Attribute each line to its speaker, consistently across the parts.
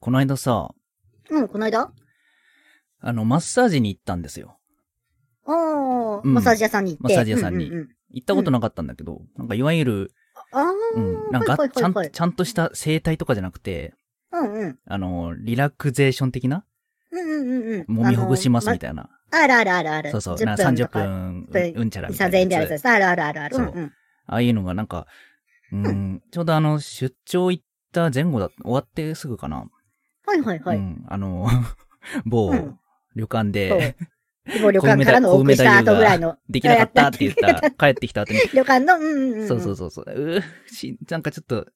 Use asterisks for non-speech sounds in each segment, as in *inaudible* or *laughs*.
Speaker 1: この間さ、
Speaker 2: うん、この間
Speaker 1: あの、マッサージに行ったんですよ。
Speaker 2: ああ、
Speaker 1: うん
Speaker 2: マッサージ屋さんに行って。
Speaker 1: マッサージ屋さんに
Speaker 2: ううう
Speaker 1: 行ったことなかったんだけど、なんかいわゆる、
Speaker 2: ああ、
Speaker 1: うん、なんか
Speaker 2: は
Speaker 1: がっ、
Speaker 2: いはい
Speaker 1: ちゃ
Speaker 2: は
Speaker 1: ん
Speaker 2: いはい
Speaker 1: ちゃんとした整体とかじゃなくて、
Speaker 2: うんうん。
Speaker 1: あの、リラクゼーション的な
Speaker 2: うんうんうんうん。
Speaker 1: 揉みほぐしますみ
Speaker 2: た
Speaker 1: たいな。
Speaker 2: いな。あるあるあるある。
Speaker 1: そうそう、な
Speaker 2: 10
Speaker 1: 30
Speaker 2: とか。
Speaker 1: 分
Speaker 2: で、
Speaker 1: うんちゃらみたい
Speaker 2: 3000円で
Speaker 1: な
Speaker 2: あ
Speaker 1: や
Speaker 2: るや
Speaker 1: つ。
Speaker 2: つ。あるあるあるある。
Speaker 1: そううん
Speaker 2: うん。
Speaker 1: ああいうのがなんか、うん、
Speaker 2: う
Speaker 1: ちょうどあの、出張行った前後だ、終わってすぐかな。
Speaker 2: はいはいは
Speaker 1: う
Speaker 2: い。
Speaker 1: ん、あの、 *laughs* 某
Speaker 2: うん
Speaker 1: 旅館
Speaker 2: そう
Speaker 1: で、。
Speaker 2: でも旅館からの
Speaker 1: 小
Speaker 2: お送
Speaker 1: 梅
Speaker 2: り
Speaker 1: 太
Speaker 2: した後ぐらいの。
Speaker 1: できなかったって言
Speaker 2: *laughs*
Speaker 1: った、帰ってきた後に、
Speaker 2: 旅館の、うんうんうん。
Speaker 1: そうそうそうそう。うーし、なんかちょっと、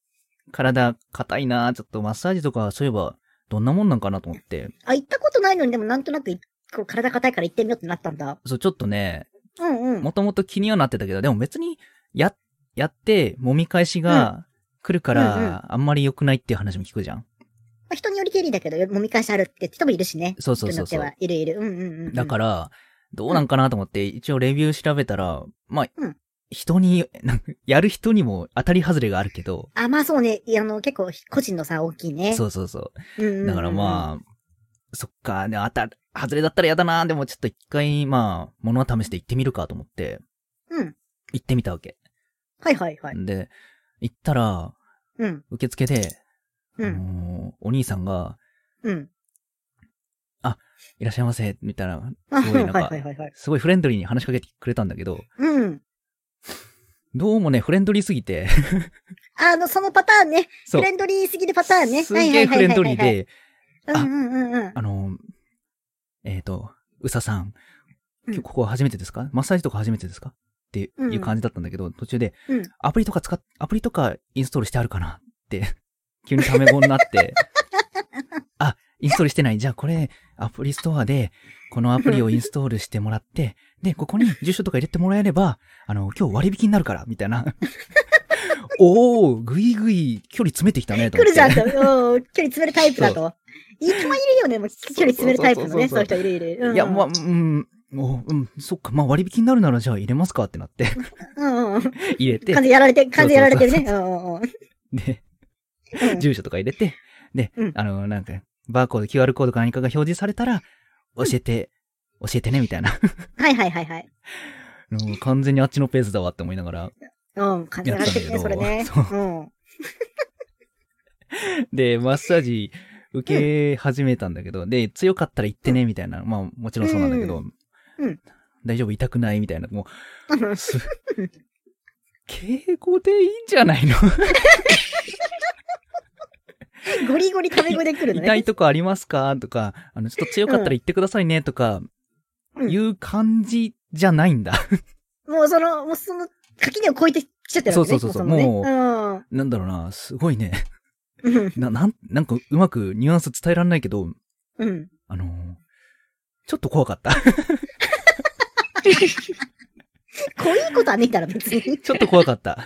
Speaker 1: 体硬いなちょっとマッサージとか、そういえば、どんなもんなんかなと思って。
Speaker 2: あ、行ったことないのに、でもなんとなく、こう体硬いから行ってみようってなったんだ。
Speaker 1: そう、ちょっとね、
Speaker 2: うんうん。
Speaker 1: もともと気にはなってたけど、でも別に、や、やって、揉み返しが来るか
Speaker 2: うんうん
Speaker 1: ら、あんまり良くないっていう話も聞くじゃん。
Speaker 2: まあ人によりけりだけど、揉み返しあるって人もいるしね。
Speaker 1: そうそうそうそう
Speaker 2: 人によってはいるいる。うんうんうんうん。。
Speaker 1: だからら、どうなんかなと思って、一応レビュー調べたら、まあ、
Speaker 2: うん
Speaker 1: 人に、 *laughs* なんかやる人にも当たり外れがあるけど、
Speaker 2: あ、まあそうね。いやあの、結構、個人の差大きいね。
Speaker 1: そうそうそう。
Speaker 2: うんうんうんうん。
Speaker 1: だからまあ、そっか、ね、あた、外れだったら嫌だな、でもちょっと一回、まあ、物を試して行ってみるかと思って、
Speaker 2: うん。
Speaker 1: 行ってみたわけ。
Speaker 2: はいはいはい。
Speaker 1: で、行ったら、
Speaker 2: うん。
Speaker 1: 受付で、
Speaker 2: う
Speaker 1: あ
Speaker 2: ん。
Speaker 1: のーお兄さんが、
Speaker 2: うん。
Speaker 1: いらっしゃいませ、みたいな、
Speaker 2: あ、
Speaker 1: すごいなんか
Speaker 2: *laughs* はいはいはいはい。
Speaker 1: すごいフレンドリーに話しかけてくれたんだけど、
Speaker 2: うん。
Speaker 1: どうもね、フレンドリーすぎて、 *laughs*
Speaker 2: あの、そのパターンね。
Speaker 1: そ
Speaker 2: フ
Speaker 1: う
Speaker 2: レ、ンドリーすぎるパターンね。
Speaker 1: すげえフレンドリー
Speaker 2: はいはい
Speaker 1: で、
Speaker 2: はいはいはい。うんうんうんうん。
Speaker 1: あのーえっ、と、うささん、
Speaker 2: うん
Speaker 1: 今日ここは初めてですかマッサージとか初めてですかっていう感じだったんだけど、途中で、
Speaker 2: うん。
Speaker 1: アプリとか使っ、アプリとかインストールしてあるかなって、 *laughs* 急にタメ語にな
Speaker 2: *laughs*
Speaker 1: って、あ、インストールしてない。じゃあこれ、アプリストアで、このアプリをインストールしてもらって、で、ここに住所とか入れてもらえれば、あの、今日割引になるから、みたい
Speaker 2: *laughs*
Speaker 1: な。おー、ぐいぐい距離詰めてきたね、と思
Speaker 2: 来
Speaker 1: って。
Speaker 2: るじゃんと。うん距離詰めるタイプだと。いつもいるよね。もう距離詰めるタイプのね。
Speaker 1: そう
Speaker 2: そう
Speaker 1: そそ
Speaker 2: いう
Speaker 1: う
Speaker 2: う人いるいる。うんうん
Speaker 1: いや、まあ、うん、もう、うん、そっか、まあ割引になるならじゃあ入れますかってなって、
Speaker 2: うんうん。
Speaker 1: *laughs* 入れて
Speaker 2: 完、全やられて、完全やられてるね。
Speaker 1: そう
Speaker 2: うんうんうん。
Speaker 1: で、
Speaker 2: うん
Speaker 1: 住所とか入れて、で、
Speaker 2: うん
Speaker 1: あの、なんか、バーコード、QR コードか何かが表示されたら、教えて、教えてね、みたいな。 *laughs*
Speaker 2: はいはいはいはい。
Speaker 1: もう完全にあっちのペースだわって思いながら。
Speaker 2: うん。完全やられてるね、
Speaker 1: やっ
Speaker 2: そ
Speaker 1: て
Speaker 2: れ
Speaker 1: たんだけ
Speaker 2: ね
Speaker 1: ど。
Speaker 2: うん。
Speaker 1: で、マッサージ受け始めたんだけど、で、強かったら行ってね、みたいな。まあ、もちろんそうなんだけど、
Speaker 2: うんうん
Speaker 1: 大丈夫、痛くないみたいな。もう、す、 *laughs* 敬語でいいんじゃないの
Speaker 2: *laughs* ゴリゴリタメ語で来るの
Speaker 1: 痛い
Speaker 2: ね。
Speaker 1: とこありますかとか、あの、ちょっと強かったら行ってくださいね、とか、
Speaker 2: うん
Speaker 1: いう感じじゃないんだ。 *laughs*
Speaker 2: もうその、もうその、垣根を越えてきちゃってるわけね。
Speaker 1: そうそうそうそう
Speaker 2: のね
Speaker 1: もう
Speaker 2: うん
Speaker 1: なんだろうな、すごいね。 *laughs*
Speaker 2: うん。
Speaker 1: な、なん、なんかうまくニュアンス伝えられないけど、
Speaker 2: うん。 *laughs*
Speaker 1: あのーちょっと怖かった。 *laughs*
Speaker 2: こういうことはねえから別に。 *laughs*
Speaker 1: ちょっと怖かった。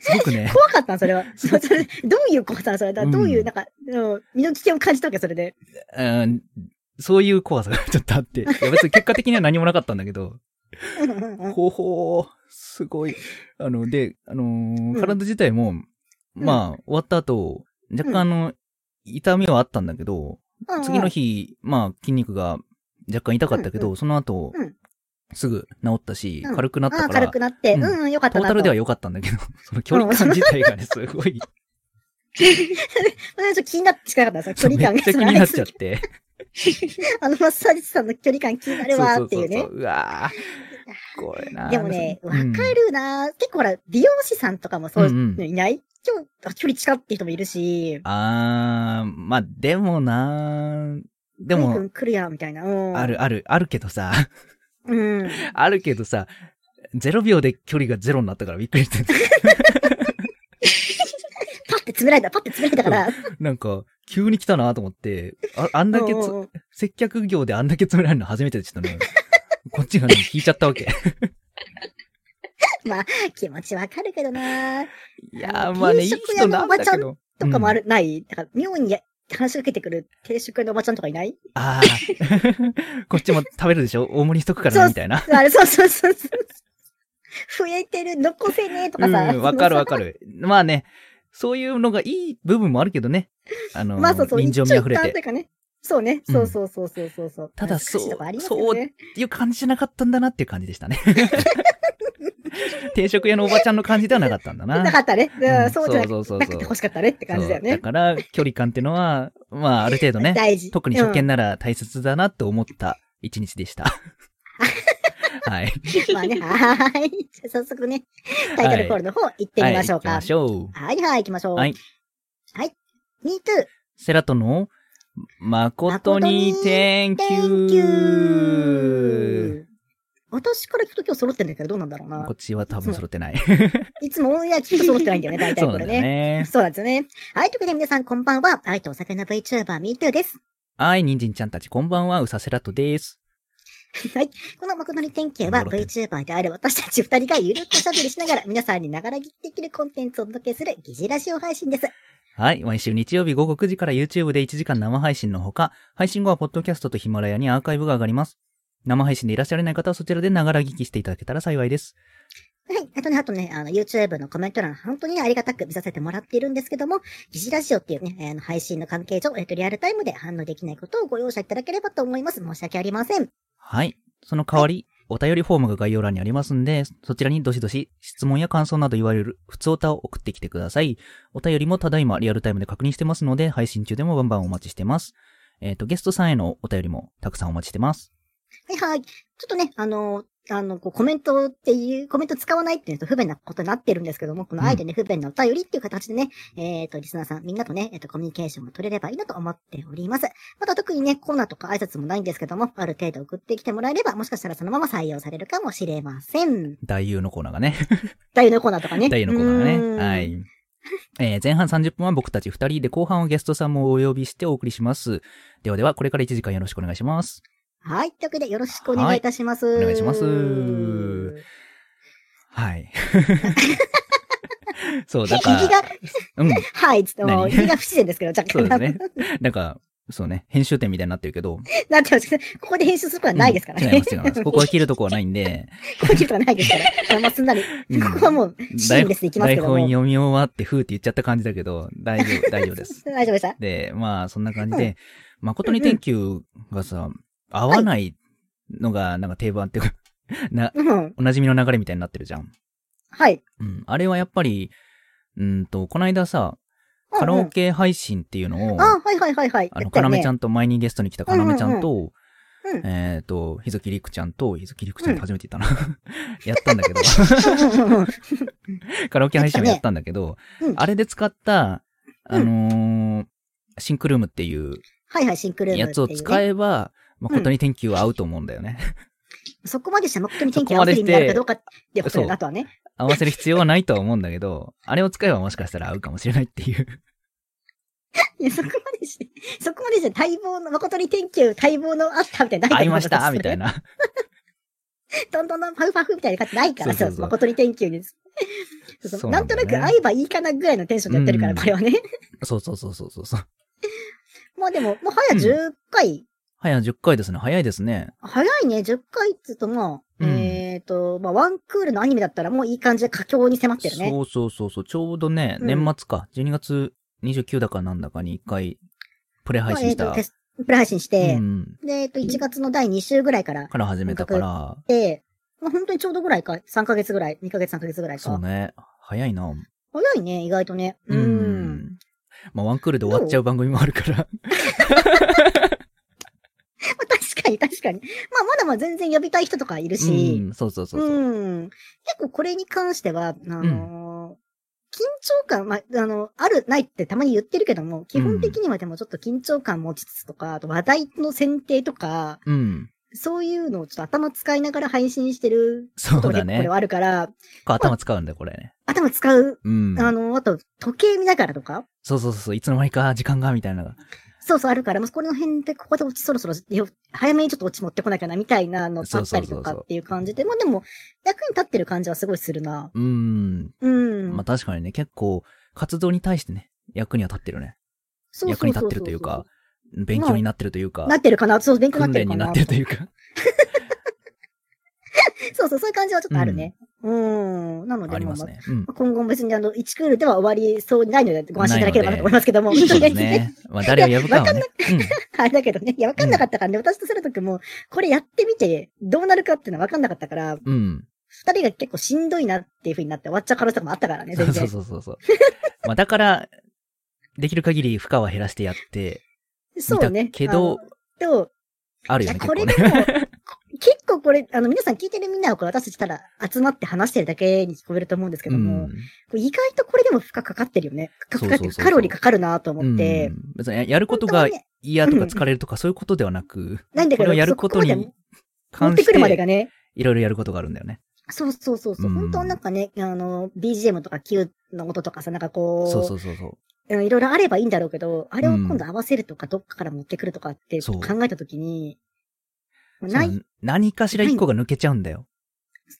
Speaker 1: すごくね、
Speaker 2: 怖かったのそれは。そそれ、どういう怖さなのそれだ。
Speaker 1: うん
Speaker 2: どういう、なんか、うん身の危険を感じたわけ、それで。
Speaker 1: うん、そういう怖さが *laughs* ちょっとあって。いや別に結果的には何もなかったんだけど、
Speaker 2: うんうんうん
Speaker 1: ほほー、すごい。あの、で、あのー
Speaker 2: うん
Speaker 1: 体自体も、まあ、終わった後、若干あの、痛みはあったんだけど、
Speaker 2: うん
Speaker 1: 次の。日、まあ、筋肉が若干痛かったけど、
Speaker 2: うん
Speaker 1: その後、
Speaker 2: うん
Speaker 1: すぐ治ったし、
Speaker 2: うん
Speaker 1: 軽くなっ
Speaker 2: あ
Speaker 1: た
Speaker 2: あ、
Speaker 1: から
Speaker 2: 軽く、なって。
Speaker 1: うん
Speaker 2: うんうん、よかっ
Speaker 1: ト
Speaker 2: た
Speaker 1: ータ
Speaker 2: なと。
Speaker 1: ルでは良かったんだけど、 *laughs* その距離感自体がね、すごい、
Speaker 2: うんちょっと気になってしかなかった。そ
Speaker 1: そう
Speaker 2: の距
Speaker 1: め
Speaker 2: 離感
Speaker 1: っ
Speaker 2: が。
Speaker 1: ちゃ気になっちゃって。
Speaker 2: *laughs* あのマッサージ師さんの *laughs* 距離感気になるわーっていう
Speaker 1: そ
Speaker 2: ね
Speaker 1: う。そうそうそううわーこれなー
Speaker 2: でもね、わ
Speaker 1: うん
Speaker 2: かるなー結構ほら、美容師さんとかもそういうのいない、今日、あ距離近って人もいるし。
Speaker 1: あー、まあ、でもなーで
Speaker 2: メイ君
Speaker 1: も、
Speaker 2: 来るやんみたいな。うん。
Speaker 1: あ。るある、あるけどさ、 *laughs*
Speaker 2: うん。
Speaker 1: あるけどさ、0秒で距離がゼロになったからびっくりして。
Speaker 2: パッて詰められた、パッて詰められたか
Speaker 1: なんか、急に来たなと思って、ああん
Speaker 2: ら。
Speaker 1: だけつ
Speaker 2: うんうんうん
Speaker 1: 接客業であんだけ詰められるの初めてでしたね。 *laughs* こっちがね、引いちゃったわけ。
Speaker 2: 気持ちわかるけどなー
Speaker 1: いやー、まあね、いい人なんだけど。
Speaker 2: とかもある、ないだから、妙にや話しかけてくる定食屋のおばちゃんとかいない
Speaker 1: ああ。 *laughs* こっちも食べるでしょ大盛りにしとくから
Speaker 2: *laughs* そう
Speaker 1: ね、みたいな。
Speaker 2: あれ、そうそうそうそう。増えてる、残せねえと
Speaker 1: う
Speaker 2: かさ。
Speaker 1: ん、わかるわか
Speaker 2: る。
Speaker 1: る。まあね、そういうのがいい部分もあるけどね。あの、
Speaker 2: まあそうそう、
Speaker 1: 臨場味
Speaker 2: 一
Speaker 1: あふれ
Speaker 2: 一
Speaker 1: て
Speaker 2: 旦とい。うかね。そうね。
Speaker 1: うん
Speaker 2: そうそうそうそうそうそう。
Speaker 1: ただ
Speaker 2: 懐かしいとこありますよ
Speaker 1: そう
Speaker 2: ね。
Speaker 1: っていう感じじゃなかったんだなっていう感じでしたね。
Speaker 2: *laughs*
Speaker 1: 定食屋のおばちゃんの感じではなかったんだな。
Speaker 2: なかったね。
Speaker 1: う
Speaker 2: うんん、そうじ
Speaker 1: そうそ
Speaker 2: ゃなく
Speaker 1: うそうそう
Speaker 2: なくて欲しかったねって感じだよ
Speaker 1: そう
Speaker 2: ね。
Speaker 1: から、距離感っていうのは、まあ、ある程度ね、
Speaker 2: 大事。
Speaker 1: 特に初
Speaker 2: うん
Speaker 1: 見なら大切だなって思った一日でした。
Speaker 2: *laughs*
Speaker 1: はい。
Speaker 2: まあね、はーい。じゃあ早速ね、タイトルコールの方行ってみましょうか。
Speaker 1: はい、行きましょ
Speaker 2: はいはい、行きましょ
Speaker 1: う。
Speaker 2: う。
Speaker 1: はい。
Speaker 2: Me too!
Speaker 1: セラトの、誠に Thank you!
Speaker 2: Thank you! 私から聞くと今日揃ってんだけど、どうなんだろうな
Speaker 1: こ。っちは多分揃ってない。
Speaker 2: いつもオンエア聞くと揃ってな
Speaker 1: *laughs*
Speaker 2: いんだよね、大体
Speaker 1: そう
Speaker 2: こ
Speaker 1: なんだ
Speaker 2: れ
Speaker 1: よ
Speaker 2: ね。
Speaker 1: ね。
Speaker 2: そうなんですよね。はい、ということで皆さんこんばんは。愛とお酒の VTuber、Me too です。
Speaker 1: はい、人参ちゃんたち、こんばんは、うさセラトです。
Speaker 2: はい。この誠に典型は VTuber である私たち二人がゆるっとしゃべりしながら皆さんにながら聞きできるコンテンツをお届けする疑似ラジオ配信です。
Speaker 1: はい。毎週日曜日午後9時から YouTube で1時間生配信のほか、配信後はポッドキャストとヒマラヤにアーカイブが上がります。生配信でいらっしゃらない方はそちらでながら聞きしていただけたら幸いです。
Speaker 2: はい。あとね、あとね、あの、YouTube のコメント欄、本当にねありがたく見させてもらっているんですけども、疑似ラジオっていうね、えーあの、配信の関係上、えっ、と、リアルタイムで反応できないことをご容赦いただければと思います。申し訳ありません。
Speaker 1: はい。その代わり、お便りフォームが概要欄にありますんで、そちらにどしどし質問や感想などいわゆる普通歌を送ってきてください。お便りもただいまリアルタイムで確認してますので、配信中でもバンバンお待ちしてます。えっ、と、ゲストさんへのお便りもたくさんお待ちしてます。
Speaker 2: はいはい。ちょっとね、あの、あの、こうコメントっていう、コメント使わないっていうのと不便なことになってるんですけども、このあえてね、不便なお便りっていう形でね、えっ、と、リスナーさん、みんなとね、えっ、と、コミュニケーションも取れればいいなと思っております。また特にね、コーナーとか挨拶もないんですけども、ある程度送ってきてもらえれば、もしかしたらそのまま採用されるかもしれません。
Speaker 1: 大優のコーナーが
Speaker 2: *laughs*
Speaker 1: ね。
Speaker 2: ダイのコーナーとかね。
Speaker 1: ダイのコーナー
Speaker 2: う
Speaker 1: がね。は
Speaker 2: ん。
Speaker 1: い。えー前半30分は僕たち2人で、後半はゲストさんもお呼びしてお送りします。ではでは、これから1時間よろしくお願いします。
Speaker 2: はい。というわけで、よろしくお願いいたします。
Speaker 1: はいお願いします
Speaker 2: *laughs*
Speaker 1: はい。そう、だか
Speaker 2: 右
Speaker 1: ら、
Speaker 2: が、
Speaker 1: うん。
Speaker 2: はい、ちょっともう、
Speaker 1: 何
Speaker 2: 右が不自然ですけど、若干。
Speaker 1: そうですね。なんか、そうね、編集点みたいになってるけど。
Speaker 2: なってますけど、ここで編集することはないですから
Speaker 1: うん違い
Speaker 2: ね
Speaker 1: ま。す、違います。ここは切るとこはないん
Speaker 2: *laughs*
Speaker 1: で、
Speaker 2: ここに切るとかないですから。もうすんなり、こ
Speaker 1: うん
Speaker 2: こはもう、シー
Speaker 1: 台
Speaker 2: ムレスでいきます
Speaker 1: 台
Speaker 2: けども。
Speaker 1: 本
Speaker 2: 大丈
Speaker 1: 読み終わって、ふーって言っちゃった感じだけど、大丈
Speaker 2: *laughs*
Speaker 1: 夫、大丈夫です。
Speaker 2: 夫でした
Speaker 1: で、まあ、そんな感じで、誠に天球がさ、合わないのが、なんか定番っていうか、 *laughs* な、
Speaker 2: うん。
Speaker 1: おなじみの流れみたいになってるじゃん。
Speaker 2: はい。
Speaker 1: うん。あれはやっぱり、うんと、この間さ、カラ
Speaker 2: うんう
Speaker 1: オ
Speaker 2: ん
Speaker 1: ケ配信っていうのを、
Speaker 2: あ、はいはいはいはい。
Speaker 1: あの、
Speaker 2: やった
Speaker 1: かな
Speaker 2: よね
Speaker 1: めちゃんと、前にゲストに来たかなめちゃんと、
Speaker 2: うんうん
Speaker 1: えっ、と、ひづきりくちゃんと、ひづきりくちゃんって初めて言ったな。やったんだけど、
Speaker 2: うんうんうん
Speaker 1: カラオケ配信をやったんだけど、
Speaker 2: うん
Speaker 1: あれで使った、あ
Speaker 2: う
Speaker 1: のーシンクルームっていう
Speaker 2: はいはい、シンクルーム
Speaker 1: や
Speaker 2: って
Speaker 1: つ
Speaker 2: い
Speaker 1: を
Speaker 2: うね。
Speaker 1: 使えば、誠に天気は合うと思うんだよね。
Speaker 2: そこまでして誠に天気
Speaker 1: そこ
Speaker 2: 合
Speaker 1: ま
Speaker 2: わ
Speaker 1: で
Speaker 2: せ
Speaker 1: し
Speaker 2: る
Speaker 1: て
Speaker 2: 意味があるかどうかってことだ
Speaker 1: そ
Speaker 2: よ
Speaker 1: う
Speaker 2: な、あとはね。
Speaker 1: 合わせる必要はないとは思うんだけど、あれを使えばもしかしたら合うかもしれないっていう。
Speaker 2: いや、そこまでして、そこまでして、待望の、誠に天気を待望のあったみたいな。
Speaker 1: 合いましたみたい
Speaker 2: な。
Speaker 1: な。
Speaker 2: どんどんどんパフパフみたいな感じないから、
Speaker 1: そう
Speaker 2: そ
Speaker 1: そう
Speaker 2: う
Speaker 1: そう
Speaker 2: そう、誠に天気に。そう
Speaker 1: そ
Speaker 2: そうう
Speaker 1: な
Speaker 2: なんん
Speaker 1: だ
Speaker 2: と
Speaker 1: よ
Speaker 2: な
Speaker 1: ね
Speaker 2: く合えばいいかなぐらいのテンションでやってるか
Speaker 1: う
Speaker 2: ら、
Speaker 1: ん
Speaker 2: これはね。
Speaker 1: そうそうそうそうそうそう。
Speaker 2: もうでも、もう早10回
Speaker 1: 早10回ですね。早いですね。
Speaker 2: 早いね、10回っつうともう、
Speaker 1: うん
Speaker 2: えっ、と、まあ、ワンクールのアニメだったらもういい感じで佳境に迫ってるね。
Speaker 1: そうそうそうそう。ちょうどね、
Speaker 2: うん
Speaker 1: 年末か。12月29だかなんだかに一回、プレ
Speaker 2: まあ
Speaker 1: 配信した。
Speaker 2: えーとテスプレ配信して、
Speaker 1: うん。
Speaker 2: で、えっ、と、1月の第2週ぐらいから
Speaker 1: から始めたから、
Speaker 2: で、まあ、本当にちょうどぐらいか、3ヶ月ぐらい、2ヶ月3ヶ月ぐらい
Speaker 1: そう
Speaker 2: か。
Speaker 1: ね。早いな。
Speaker 2: 早いね、意外とね。う。
Speaker 1: うんん。まあ、ワンクールで終わっちゃう番組もあるから。
Speaker 2: まあ、 *laughs* 確かに確かに。まあ、まだまだ全然呼びたい人とかいるし、
Speaker 1: うん、そうそうそううそう。
Speaker 2: ん。結構これに関しては、あのー緊張感、まあ、あの、ある、ないってたまに言ってるけども、基本的にはでもちょっと緊張感持ちつつとか、あと話題の選定とか、
Speaker 1: うん。
Speaker 2: そういうのをちょっと頭使いながら配信してる
Speaker 1: そ
Speaker 2: こと
Speaker 1: う
Speaker 2: が
Speaker 1: だ
Speaker 2: 結構こ
Speaker 1: ね
Speaker 2: れ。はあるから、
Speaker 1: こう頭使うんだよ、これね。
Speaker 2: 頭使う、
Speaker 1: うん。
Speaker 2: あの、あと時計見ながらとか、
Speaker 1: そうそうそうそう。いつの間にか時間が、みたいなのが。
Speaker 2: そうそうあるから、もうこの辺でここで落ちそろそろ、よ早めにちょっと落ち持ってこなきゃなみたいなのだったりとかっていう感じで、まあでも役に立ってる感じはすごいするな。
Speaker 1: うん。
Speaker 2: うん。
Speaker 1: まあ、確かにね、結構、活動に対してね、役には立ってるね。
Speaker 2: そうそう
Speaker 1: 役に立って
Speaker 2: そ
Speaker 1: る
Speaker 2: そ
Speaker 1: というか、勉強になってるというか
Speaker 2: な、ってるかなそう、勉強にな
Speaker 1: 訓
Speaker 2: ってる
Speaker 1: 練
Speaker 2: か
Speaker 1: に
Speaker 2: な
Speaker 1: なってるというか。
Speaker 2: そうそう、そういう感じはちょっとあるね。うん。なので、
Speaker 1: ありますね。うん。
Speaker 2: まあ今後も別にあの、1クールでは終わりそうにないので、ご安心いただければなと思いますけども。
Speaker 1: そう
Speaker 2: *laughs*
Speaker 1: ですね。まあ、誰を呼ぶかはね。
Speaker 2: あれだけどね。いや、わかんなかったからね、私とセラト君も、これやってみて、どうなるかっていうのはわかんなかったから、
Speaker 1: うん。うん。
Speaker 2: 二人が結構しんどいなっていう風になって終わっちゃう可能性もあったからね、
Speaker 1: そ
Speaker 2: 全
Speaker 1: う
Speaker 2: 然。
Speaker 1: そうそうそうそう。まあ、だから、できる限り負荷は減らしてやってみ
Speaker 2: そう
Speaker 1: た
Speaker 2: ね。
Speaker 1: けど、
Speaker 2: あの、と、
Speaker 1: ある
Speaker 2: い
Speaker 1: よ
Speaker 2: や、
Speaker 1: ね、
Speaker 2: これ
Speaker 1: 結
Speaker 2: で
Speaker 1: 構
Speaker 2: も *laughs*
Speaker 1: ね。、
Speaker 2: 結構これ、あの、皆さん聞いてるみんなはこれ私たちただ集まって話してるだけに聞こえると思うんですけ
Speaker 1: う
Speaker 2: ど
Speaker 1: ん。
Speaker 2: も、これ意外とこれでも負荷かかってるよね。かかかって
Speaker 1: そうそう
Speaker 2: る。
Speaker 1: そう
Speaker 2: カロリーかかるなと思って。
Speaker 1: うん別にやることが
Speaker 2: 本当はね
Speaker 1: 嫌とか疲れるとかそういうことではなく、
Speaker 2: なんだ
Speaker 1: こ
Speaker 2: け
Speaker 1: れ
Speaker 2: ど、
Speaker 1: をやること
Speaker 2: そこま
Speaker 1: に
Speaker 2: で持っ
Speaker 1: 関
Speaker 2: て
Speaker 1: し
Speaker 2: くるまでが
Speaker 1: て、
Speaker 2: ね。
Speaker 1: いろいろやることがあるんだよね。
Speaker 2: そうそうそうそう。
Speaker 1: うん
Speaker 2: 本当はなんかね、あの、BGM とか Q の音とかさ、なんかこう、
Speaker 1: そうそうそうそう。
Speaker 2: うんいろいろあればいいんだろうけど、あれを今度合わせるとか、どっかから持ってくるとかって
Speaker 1: そう
Speaker 2: 考えたときに、な
Speaker 1: そう
Speaker 2: い、
Speaker 1: 何かしら一個が抜けちゃうんだよ。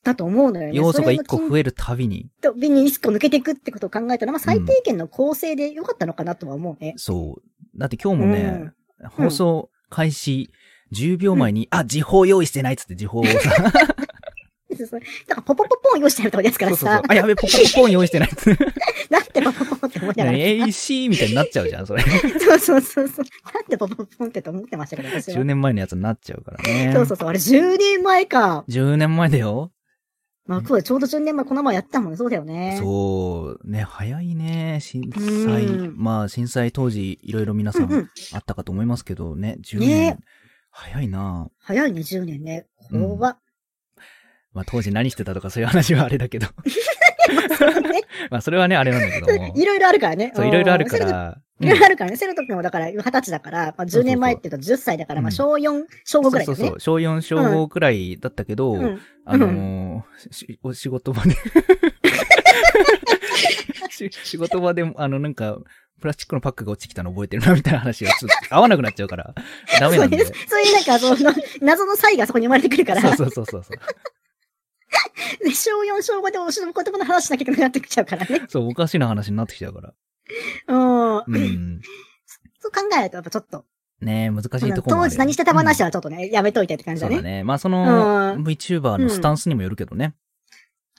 Speaker 2: だと思うのよね。
Speaker 1: 要素が一個
Speaker 2: それを
Speaker 1: 増えるたびに。
Speaker 2: きっと瓶に一個抜けていくってことを考えたら、まあ最低限の構成でよかったのかなとは思うね。
Speaker 1: そう。だって今日もね、放送開始10秒前に、あ、時報用意してないっつって時報をさ、
Speaker 2: そうそうだからポポポポン用意してるとこですか
Speaker 1: そう
Speaker 2: ら
Speaker 1: そうそう
Speaker 2: さ、、
Speaker 1: あ、やべ、ポコポコン用意してないっつって。
Speaker 2: なんでポポポポンって *laughs* 思いながら。
Speaker 1: えいしーみたいになっちゃうじゃん、それ。
Speaker 2: そうそうそうそう。なんでポポポポンってと思ってましたけど、私
Speaker 1: 10
Speaker 2: は。
Speaker 1: 年前のやつになっちゃうからね。
Speaker 2: そうそうそう。あれ10年前か。
Speaker 1: 10年前だよ。
Speaker 2: まあそうだ、ちょうど10年前、この前やってたもんね。そうだよね。
Speaker 1: そう。ね、早いね。震災。
Speaker 2: うん
Speaker 1: まあ、震災当時、いろいろ皆さ
Speaker 2: うんうん
Speaker 1: んあったかと思いますけどね。10年。
Speaker 2: ね
Speaker 1: 早いな
Speaker 2: 早いね、10年ね。
Speaker 1: う
Speaker 2: こ
Speaker 1: ん
Speaker 2: うは。
Speaker 1: まあ、当時何してたとかそういう話はあれだけ
Speaker 2: *laughs*
Speaker 1: ど。
Speaker 2: ね
Speaker 1: *laughs* まあ、それはね、あれなんだけども。
Speaker 2: *laughs* いろいろあるからね。
Speaker 1: そう、いろいろあるか
Speaker 2: セロト。
Speaker 1: ら。
Speaker 2: いろいろあるからね。セロト君もだから、今20歳だから、まあ、10年前って言うと10歳だから、まあ、
Speaker 1: そ
Speaker 2: 小4、小
Speaker 1: そ
Speaker 2: 5く
Speaker 1: う
Speaker 2: らい
Speaker 1: そ
Speaker 2: で
Speaker 1: う
Speaker 2: す
Speaker 1: そ
Speaker 2: ね
Speaker 1: う。。小4、小5くらいだったけど、
Speaker 2: うん。
Speaker 1: あのーしお仕事
Speaker 2: *laughs*
Speaker 1: 場でし、仕事場で、あの、なんか、プラスチックのパックが落ちてきたの覚えてるな、みたいな話が、ちょっと合わなくなっちゃうから、ダメなんで。
Speaker 2: そういうそういうなんか、その、謎の差異がそこに生まれてくるから、
Speaker 1: そうそうそうそうそう。
Speaker 2: で小4、小5でおしの言葉の話しなきゃいけなくなってきちゃうからね。
Speaker 1: そう、おかしな話になってきちゃうから。
Speaker 2: うん。
Speaker 1: うん。
Speaker 2: そう考えると、やっぱちょっと、
Speaker 1: ねえ難しいところもあ
Speaker 2: 当
Speaker 1: るよね
Speaker 2: 時何してた話はちょっとね、やめといてって
Speaker 1: う
Speaker 2: 感
Speaker 1: ん
Speaker 2: じ
Speaker 1: そ
Speaker 2: だ
Speaker 1: うだ
Speaker 2: ね。
Speaker 1: ね。まあ、その、
Speaker 2: う
Speaker 1: VTuber のスタンスにもよるけどね。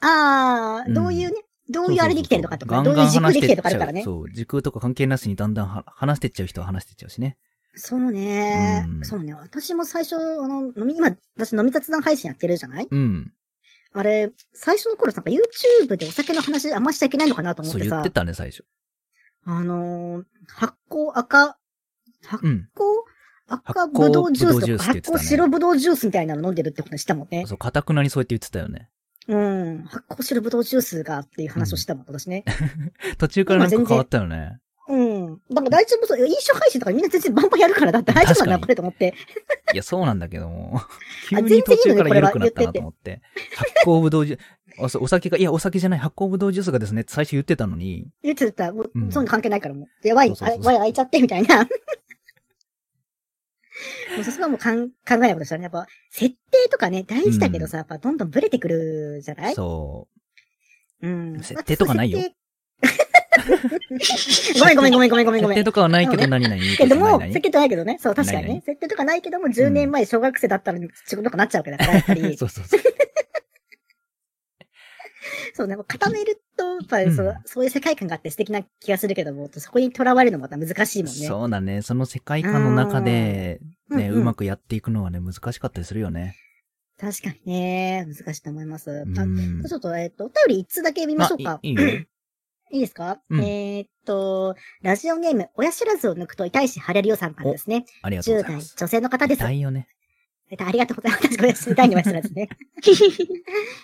Speaker 2: あ
Speaker 1: うん
Speaker 2: ー、どういうね、どういうあれできてるとかとか、どう
Speaker 1: ガ
Speaker 2: い
Speaker 1: ンガン
Speaker 2: う軸
Speaker 1: 話
Speaker 2: で
Speaker 1: し
Speaker 2: き
Speaker 1: てっ
Speaker 2: て
Speaker 1: ちゃ
Speaker 2: ると
Speaker 1: う
Speaker 2: かあるからね。
Speaker 1: そう、時空とか関係なしにだんだんは話してっちゃう人は話してっちゃうしね。
Speaker 2: そうね、
Speaker 1: うん
Speaker 2: そうね。私も最初、あの、飲み、今、私飲み雑談配信やってるじゃない
Speaker 1: うん。
Speaker 2: あれ、最初の頃なんか YouTube でお酒の話あんましちゃいけないのかなと思っ
Speaker 1: そう
Speaker 2: て
Speaker 1: 言
Speaker 2: さ
Speaker 1: っ、てたね、最初。
Speaker 2: あのー発酵赤、発
Speaker 1: う
Speaker 2: 酵、
Speaker 1: ん。
Speaker 2: 赤ぶどうジュース
Speaker 1: 発酵ぶどうジュー
Speaker 2: と
Speaker 1: ス
Speaker 2: か、
Speaker 1: って言ってたね
Speaker 2: 発酵白ぶどうジュースみたいなの飲んでるってことにしたもんね。
Speaker 1: そう、かたくなにそうやって言ってたよね。
Speaker 2: うん。発酵白ぶどうジュースがっていう話をしたもん、私ね。
Speaker 1: 途中からなんか
Speaker 2: 今全然
Speaker 1: 変わったよね。
Speaker 2: うん。だから大丈夫そう。飲酒配信とかみんな全然バンバンやるからだって大丈夫なん
Speaker 1: *laughs* 確かに
Speaker 2: だ、これと思って。
Speaker 1: いや、そうなんだけど
Speaker 2: *laughs*
Speaker 1: も。急
Speaker 2: 全然い
Speaker 1: に
Speaker 2: いの
Speaker 1: 途中から
Speaker 2: これ
Speaker 1: 緩
Speaker 2: は
Speaker 1: くなったなと思って。発酵ぶどうジュース、お酒が、いや、お酒じゃない、発酵ぶどうジュースがですね、って最初言ってたのに、
Speaker 2: 言ってたら、もう、
Speaker 1: うん
Speaker 2: そんな関係ないからもう。やばい、
Speaker 1: そうそう
Speaker 2: あ
Speaker 1: そう
Speaker 2: ワイ開いちゃって、みたいな。もうそこはもうかん考えないことしたね。やっぱ、設定とかね、大事だけどさ、やっぱどんどんブレてくるじゃない
Speaker 1: そ
Speaker 2: うん。
Speaker 1: 設定とかないよ
Speaker 2: まあ。設定 *laughs* ごめんごめんごめんごめんご
Speaker 1: う。
Speaker 2: めんご
Speaker 1: 設
Speaker 2: め
Speaker 1: 定
Speaker 2: ん。
Speaker 1: とかはないけど、何々みた
Speaker 2: け
Speaker 1: い
Speaker 2: ど
Speaker 1: な。
Speaker 2: も、
Speaker 1: 何々
Speaker 2: 設定とかないけどね。そう、確かに
Speaker 1: ないな
Speaker 2: ね。設定とかないけども、10年前小学生だったのに仕事とかなっちゃうわけだから、やっぱ
Speaker 1: *laughs*
Speaker 2: り。
Speaker 1: そうそうそう。
Speaker 2: そうね、固めると、やっぱりそう、
Speaker 1: うん
Speaker 2: そういう世界観があって素敵な気がするけども、そこにとらわれるのもまた難しいもんね。
Speaker 1: そうだね。その世界観の中で、
Speaker 2: うん
Speaker 1: ね、
Speaker 2: うんうん
Speaker 1: うまくやっていくのはね、難しかったりするよね。
Speaker 2: 確かにね、難しいと思います。
Speaker 1: う
Speaker 2: あ
Speaker 1: ん。
Speaker 2: ちょっと、えっ、と、お便り一通だけ見ましょうか。
Speaker 1: あいいいいよ。
Speaker 2: いいですか、
Speaker 1: うん
Speaker 2: えっと、ラジオネーム、親知らずを抜くと痛いし腫れるよさんからですね。
Speaker 1: ありがとうご
Speaker 2: 10
Speaker 1: ざい
Speaker 2: 代
Speaker 1: ま
Speaker 2: 女
Speaker 1: す。
Speaker 2: 性の方です。
Speaker 1: 痛いよね。
Speaker 2: えっとありがとうございます。ごめんなさい。第2話ですね。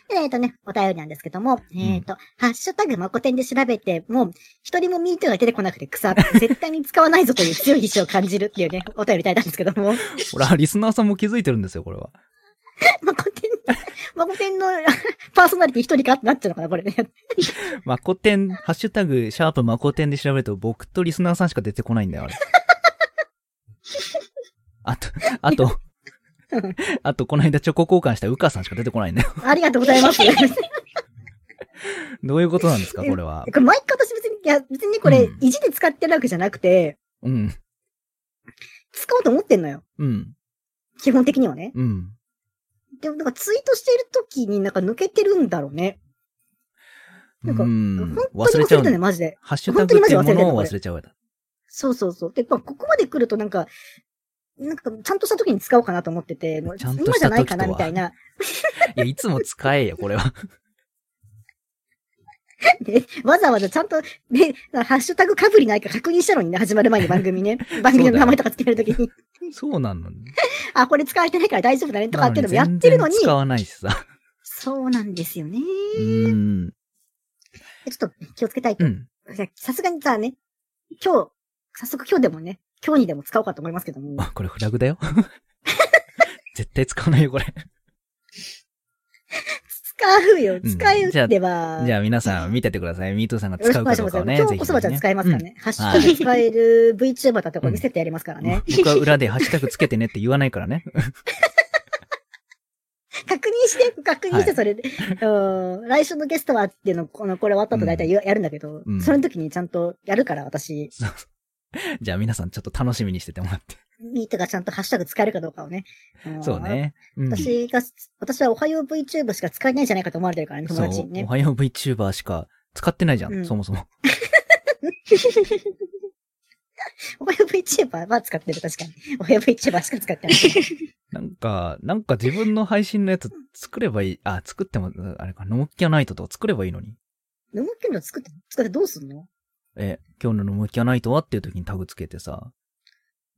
Speaker 2: で *laughs* えっとね、お便りなんですけども、えっと、ハッシュタグマコテンで調べて、もう、一人もミートが出てこなくて草、絶対に使わないぞという強い意志を感じるっていう *laughs* ね、お便りいただいたんですけど *laughs* も、
Speaker 1: ほら、リスナーさんも気づいてるんですよ、これは。
Speaker 2: マコテン、マコテンのパーソナリティ一人かってなっちゃうのかな、これね。
Speaker 1: マコテン、ハッシュタグ、シャープマコテンで調べると僕とリスナーさんしか出てこないんだよ、あれ。あと、あと、あと、この間チョコ交換したウカさんしか出てこないんだよ。
Speaker 2: ありがとうござい *laughs* ます。
Speaker 1: どういうことなんですか、これは
Speaker 2: こ。れ毎回私別に、いや、別にねこれ
Speaker 1: うん、
Speaker 2: 意地で使ってるわけじゃなくて、
Speaker 1: うん、
Speaker 2: 使おうと思ってんのよ。
Speaker 1: うん、
Speaker 2: 基本的にはね。
Speaker 1: うん。
Speaker 2: でも、なんかツイートしてる時になんか抜けてるんだろうね。
Speaker 1: う
Speaker 2: なんか
Speaker 1: ん。
Speaker 2: 本当
Speaker 1: 忘
Speaker 2: に
Speaker 1: れ
Speaker 2: 忘
Speaker 1: ちゃ
Speaker 2: れ
Speaker 1: う
Speaker 2: てね、
Speaker 1: の。
Speaker 2: マジで。
Speaker 1: ハッシュタグっていうものを忘れちゃう。
Speaker 2: そうそうそう。で、まあ、ここまで来るとなんか、なんか、ちゃんとした時に使おうかなと思ってて、もう
Speaker 1: ちゃんと
Speaker 2: 今
Speaker 1: し
Speaker 2: じゃ
Speaker 1: た時とは
Speaker 2: ないかなみたいな。 *laughs*
Speaker 1: いや、いつも使えよ、これは。
Speaker 2: でわざわざちゃんと、ね、ハッシュタグかぶりないか確認したのにね、始ま
Speaker 1: *laughs*
Speaker 2: る前に番組ね。番組の名前とかつけるときに、
Speaker 1: そうなのに。
Speaker 2: *laughs* あ、これ使われてないから大丈夫だねとかっていうのもや
Speaker 1: な
Speaker 2: ってるのに
Speaker 1: 全然、使わないしさ。
Speaker 2: そうなんですよね。
Speaker 1: うーん。
Speaker 2: ちょっと気をつけたいと
Speaker 1: うん。
Speaker 2: いやさすがにさ、ね、今日、早速今日でもね、今日にでも使おうかと思いますけども。
Speaker 1: あ、これフラグだ
Speaker 2: *laughs*
Speaker 1: よ。絶対使わないよ、これ。
Speaker 2: 使うよ、
Speaker 1: うん
Speaker 2: 使えれば。
Speaker 1: じゃあ皆さん見ててください。ミートさんが
Speaker 2: よろ
Speaker 1: 使
Speaker 2: しく
Speaker 1: う
Speaker 2: お願
Speaker 1: か
Speaker 2: いし
Speaker 1: どう
Speaker 2: ま
Speaker 1: かを
Speaker 2: す
Speaker 1: ね。ぜ
Speaker 2: 今日
Speaker 1: ひ
Speaker 2: こ
Speaker 1: ね
Speaker 2: そばちゃん使いますからね。ハッシュタ
Speaker 1: は
Speaker 2: グ使える VTuber だったらこれ見せてやりますから
Speaker 1: うん
Speaker 2: ね。
Speaker 1: 僕は裏でハッシュタグつけてねって言わないからね。
Speaker 2: 確認して、確認し
Speaker 1: は
Speaker 2: て、
Speaker 1: い
Speaker 2: それで。うん来週のゲストはっていうの、この、これ終わった後大体やるんだけど
Speaker 1: う、ん
Speaker 2: その時にちゃんとやるから、私、
Speaker 1: じゃあ皆さんちょっと楽しみにしててもらって。
Speaker 2: ミートがちゃんとハッシュタグ使えるかどうかをね。ん
Speaker 1: そう。ね。うん、
Speaker 2: 私が、私はおはよう VTuber しか使えないんじゃないかと思われてるからね、友
Speaker 1: そう
Speaker 2: 達に、ね
Speaker 1: お。はよう VTuber しか使ってないじゃん、
Speaker 2: うん
Speaker 1: そもそも。
Speaker 2: おはよう VTuber は使ってる、確かに。おはよう VTuber しか使っ
Speaker 1: *laughs*
Speaker 2: てない。
Speaker 1: なんか、なんか自分の配信のやつ作ればいい。あ、作っても、あれか、ノムキアナイトとか作ればいいのに。
Speaker 2: ノムキュンの作って、作ってどうすんの
Speaker 1: え、今日のノムキアナイトはっていう時にタグつけてさ。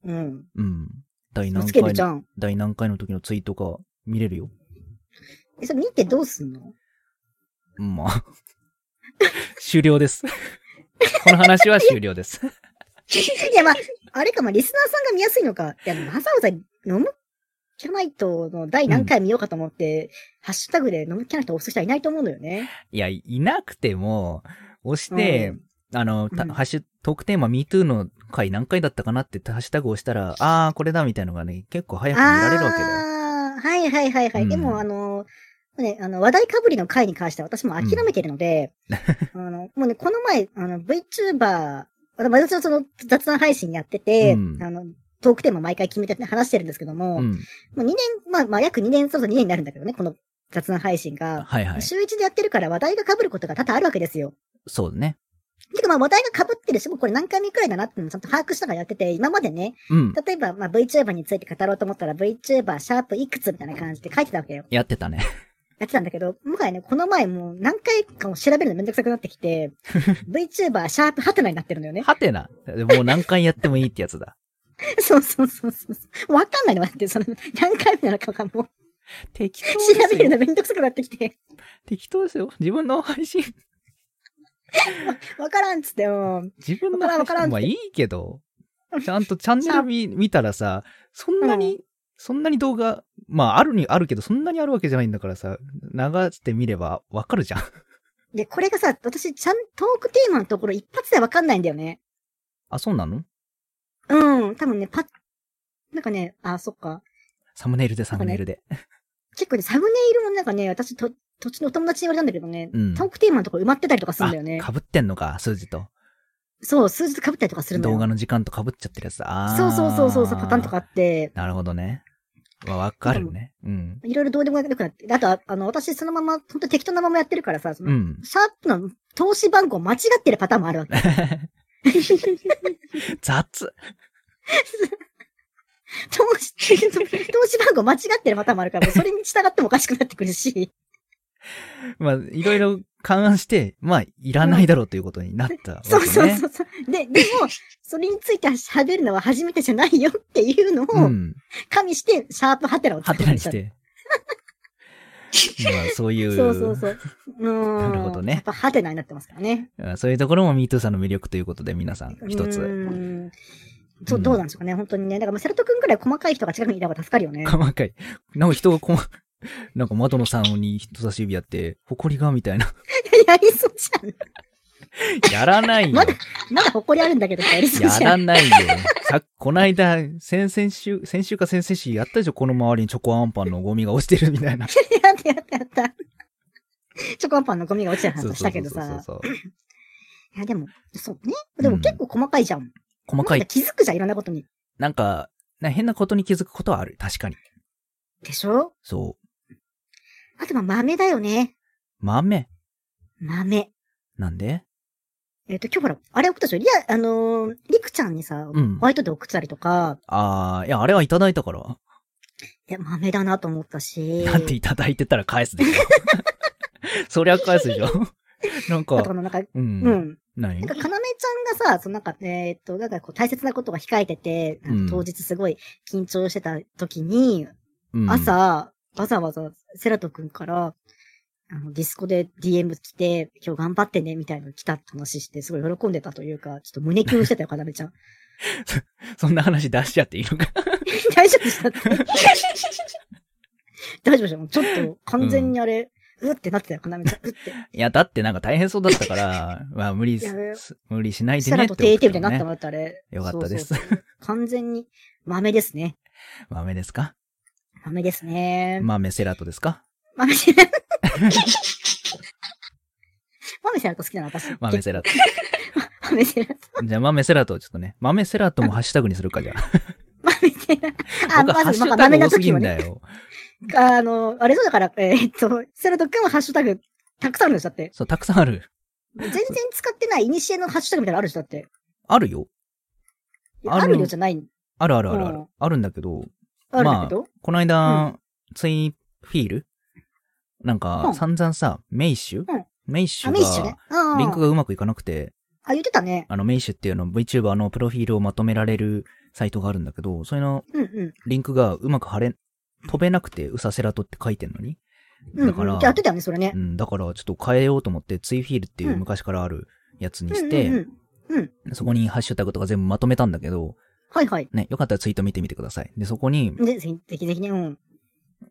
Speaker 2: うん。
Speaker 1: うん。第何
Speaker 2: つける
Speaker 1: 回
Speaker 2: じゃ
Speaker 1: の、
Speaker 2: ん。
Speaker 1: 第何回の時のツイートか見れるよ。
Speaker 2: え、それ見てどうすんの
Speaker 1: うんまあ。終了です。この話は終了
Speaker 2: *laughs*
Speaker 1: です。
Speaker 2: いや、まあ、あれか、まあ、リスナーさんが見やすいのか。いや、わざわざ飲むキャナイトの第何回見ようかと思って、ハッシュタグで飲むキャナイトを押す人はいないと思うのよね。
Speaker 1: いや、いなくても、押して、あの、た
Speaker 2: うん
Speaker 1: ハッシュ、トークテーマ MeToo の回何回だったかなってハッシュタグを押したら、あー、これだみたいのがね、結構早く見られるわけだよ。
Speaker 2: ああ、はいはいはいはい。
Speaker 1: うん
Speaker 2: でも、あの、ね、あの、話題かぶりの回に関しては私もう諦めてるので、あの、もうね、この前、あの、VTuber、私のその雑談配信やってて、
Speaker 1: うん
Speaker 2: あの、トークテーマ毎回決めて話してるんですけども、
Speaker 1: うん。
Speaker 2: もう2年、まあ、まあ、約2年、そろそろ2年になるんだけどね、この雑談配信が。
Speaker 1: はいはい。
Speaker 2: 週1でやってるから話題が被ることが多々あるわけですよ。
Speaker 1: そうね。
Speaker 2: てかまあ話題が被ってるし、もうこれ何回目くらいだなっていうのをちゃんと把握しながらやってて、今までね、
Speaker 1: うん。
Speaker 2: 例えば、まあ、VTuber について語ろうと思ったら VTuber シャープいくつみたいな感じで書いてたわけよ。
Speaker 1: やってたね。
Speaker 2: やってたんだけど、もはやね、この前もう何回かも調べるのめんどくさくなって
Speaker 1: *laughs*
Speaker 2: きて、VTuber シャープハテナになってるのよね。
Speaker 1: はてな。もう何回やってもいいってやつ
Speaker 2: *laughs*
Speaker 1: だ。
Speaker 2: そうそうそうそう。わかんないのだって、その何回目なのかがもう
Speaker 1: 適当
Speaker 2: 調
Speaker 1: です
Speaker 2: べる
Speaker 1: よ。
Speaker 2: のめんどくさくなってきて、
Speaker 1: 適当ですよ。自分の配信、
Speaker 2: わからんっつってもう、
Speaker 1: 自分の
Speaker 2: わからん
Speaker 1: 配
Speaker 2: わからんって
Speaker 1: 信まあいいけど、ちゃんとチャンネル
Speaker 2: *laughs*
Speaker 1: 見見たらさ、そんなに、そんなに動画、まああるにあるけど、そんなにあるわけじゃないんだからさ、流してみればわかるじゃん。
Speaker 2: で、これがさ、私、ちゃん、トークテーマのところ一発でわかんないんだよね。
Speaker 1: あ、そうなの
Speaker 2: うん、多分ね、パッ、なんかね、あ、そっか。
Speaker 1: サムネイルでサムネイルで。
Speaker 2: 結構ね、サムネイルもなんかね、私と、土地のお友達に言われたんだけどね、
Speaker 1: うん
Speaker 2: トークテーマのところ埋まってたりとかするんだよね
Speaker 1: あ、。かぶってんのか、数字と。
Speaker 2: そう、数字と被ったりとかするんだ
Speaker 1: 動画
Speaker 2: よ。
Speaker 1: の時間とかぶっちゃってるやつだ。あー
Speaker 2: そうそうそうそうそう、パターンとかあって、
Speaker 1: なるほどね。わ、わかるね。うん。
Speaker 2: いろいろどうでもよくなって、あと、ああの、私そのまま、ほんと適当なままやってるからさ、その、
Speaker 1: うん。
Speaker 2: シャープの投資番号間違ってるパターンもあるわけ。
Speaker 1: *laughs* 雑。
Speaker 2: 投資、 *laughs* 投資番号間違ってるパターンもあるから、もうそれに従ってもおかしくなってくる
Speaker 1: *laughs*
Speaker 2: し、
Speaker 1: まあ、いろいろ勘案して、まあ、いらないだろうということになったわけね。
Speaker 2: そうそうそうそう。で、でも、それについて喋るのは初めてじゃないよっていうのを、
Speaker 1: うん。
Speaker 2: 加味して、シャープハテナを
Speaker 1: は
Speaker 2: 使
Speaker 1: て
Speaker 2: い
Speaker 1: な
Speaker 2: ま
Speaker 1: に
Speaker 2: し。
Speaker 1: した
Speaker 2: *laughs*
Speaker 1: て。まあ、そういう。
Speaker 2: そうそ
Speaker 1: *laughs*
Speaker 2: うそう。うーん
Speaker 1: なるほどね
Speaker 2: やっぱハテナになってますからね。
Speaker 1: うんそういうところも MeToo さんの魅力ということで、皆さん、一
Speaker 2: う
Speaker 1: つ。
Speaker 2: ーん。そうう、
Speaker 1: ん
Speaker 2: どうなんでしょうかね、本当にね。だから、まあセロト君くらい細かい人が近くにいた方が助かる
Speaker 1: *laughs*
Speaker 2: よね。
Speaker 1: 細かい。なんか人がこま、 *laughs* なんか窓のさんに人差し指やって、埃が、みたいな。 *laughs*
Speaker 2: やりそうじゃん。
Speaker 1: やらないよ
Speaker 2: ま。だ、まだ誇りあるんだけど、やりそう
Speaker 1: や
Speaker 2: じゃ
Speaker 1: ら
Speaker 2: ん。
Speaker 1: ないよ。さっ、こないだ、先々週、先週か先々週やったでしょこの周りにチョコアンパンのゴミが落ちてるみたいな。そ
Speaker 2: *laughs* やったやったやった。チョコアンパンのゴミが落ちた
Speaker 1: うそう
Speaker 2: 話し
Speaker 1: そう
Speaker 2: たけど
Speaker 1: そう
Speaker 2: さ。
Speaker 1: そう。
Speaker 2: いや、でも、そうね。でも結構細かいじゃん。
Speaker 1: 細か
Speaker 2: なん
Speaker 1: い。
Speaker 2: 気づくじゃん、いろんなことに。
Speaker 1: なんか、な変なことに気づくことはある。確かに。
Speaker 2: でしょ
Speaker 1: そう。
Speaker 2: あと、まあ、豆だよね。
Speaker 1: 豆。
Speaker 2: 豆。
Speaker 1: なんで
Speaker 2: えっ、と、今日ほら、あれ送ったでしょリア、あのーりくちゃんにさ、
Speaker 1: うん
Speaker 2: ホワイトで送ってたりとか、
Speaker 1: ああ、いや、あれはいただいたから。
Speaker 2: いや、マメだなと思ったし。
Speaker 1: なんていただいてたら返すでしょ。 *laughs* そりゃ返すでしょ。
Speaker 2: *laughs*
Speaker 1: なん
Speaker 2: あと
Speaker 1: か、
Speaker 2: あの、なんか、
Speaker 1: う。
Speaker 2: うんん。
Speaker 1: 何
Speaker 2: なんか、かなめちゃんがさ、そのなんか、えーっと、なんかこう、大切なことが控えてて、
Speaker 1: うん
Speaker 2: 当日すごい緊張してた時に、
Speaker 1: うん
Speaker 2: 朝、わざわざセラト君から、あの、ディスコで DM 来て、今日頑張ってね、みたいなの来たって話して、すごい喜んでたというか、ちょっと胸キュンしてたよ、かなめちゃん。 *laughs*
Speaker 1: そんな話出しちゃっていいのか。 *laughs*
Speaker 2: 大丈夫でしたって大丈夫でしたもうちょっと、完全にあれ、うってなってたよ、かなめちゃん。うって。
Speaker 1: いや、だってなんか大変そうだった
Speaker 2: *laughs*
Speaker 1: から、まあ無理
Speaker 2: いや、
Speaker 1: 無理しないで
Speaker 2: セ
Speaker 1: ね
Speaker 2: ラ
Speaker 1: っ
Speaker 2: と
Speaker 1: て、
Speaker 2: 低
Speaker 1: ね。
Speaker 2: テーブルになったもらってあれ。
Speaker 1: よかったです
Speaker 2: そうそうそう。完全に、豆ですね。
Speaker 1: *laughs* 豆ですか
Speaker 2: 豆ですね。
Speaker 1: 豆セラトですか
Speaker 2: 豆セラ。豆セラと好きなの私。
Speaker 1: 豆セラト。
Speaker 2: 豆セラ。
Speaker 1: *laughs* じゃあ豆セラトをちょっとね。豆セラトもハッシュタグにするか、じゃあ。
Speaker 2: 豆セラ。あ、
Speaker 1: 僕ハ
Speaker 2: ま
Speaker 1: ッシ
Speaker 2: ず、ま
Speaker 1: ュ
Speaker 2: あ、
Speaker 1: タ
Speaker 2: 豆
Speaker 1: グ
Speaker 2: な
Speaker 1: 多す
Speaker 2: 時
Speaker 1: ぎ
Speaker 2: も
Speaker 1: ん
Speaker 2: ね。
Speaker 1: だよ。
Speaker 2: あの、あれそうだから、えーっと、セラと君はハッシュタグ、たくさんあるんでしょだって。
Speaker 1: そう、たくさんある。
Speaker 2: 全然使ってない、イニシエのハッシュタグみたいなのあるでしょだって。
Speaker 1: あるよ。
Speaker 2: いや
Speaker 1: ある
Speaker 2: あるよじゃない、
Speaker 1: あるあるあるあ
Speaker 2: う
Speaker 1: る
Speaker 2: ん。
Speaker 1: あるんだけど、
Speaker 2: あるんだけど。
Speaker 1: この間、
Speaker 2: う
Speaker 1: ツイフィールなん
Speaker 2: う
Speaker 1: か、
Speaker 2: ん
Speaker 1: 散々さ、メイシュ、
Speaker 2: うん
Speaker 1: メイシ
Speaker 2: あ、
Speaker 1: ュ
Speaker 2: メイッシュね
Speaker 1: が、。
Speaker 2: うん。
Speaker 1: リンクがうまくいかなくて、
Speaker 2: あ、言ってたね。
Speaker 1: あの、メイシュっていうの VTuber のプロフィールをまとめられるサイトがあるんだけど、それの
Speaker 2: うんうん。
Speaker 1: リンクがうまく貼れ、飛べなくて、ウサセラトって書いてんのに。
Speaker 2: うん、うん。
Speaker 1: だから、
Speaker 2: やってたよね、それね
Speaker 1: う。ん、だからちょっと変えようと思って、ツイフィールっていう昔からあるやつにして、
Speaker 2: うんうんうん、うん。
Speaker 1: そこにハッシュタグとか全部まとめたんだけど、
Speaker 2: はいはい。
Speaker 1: ね、よかったらツイート見てみてください。で、そこに、
Speaker 2: で、ぜひ、ぜひぜひね、うん。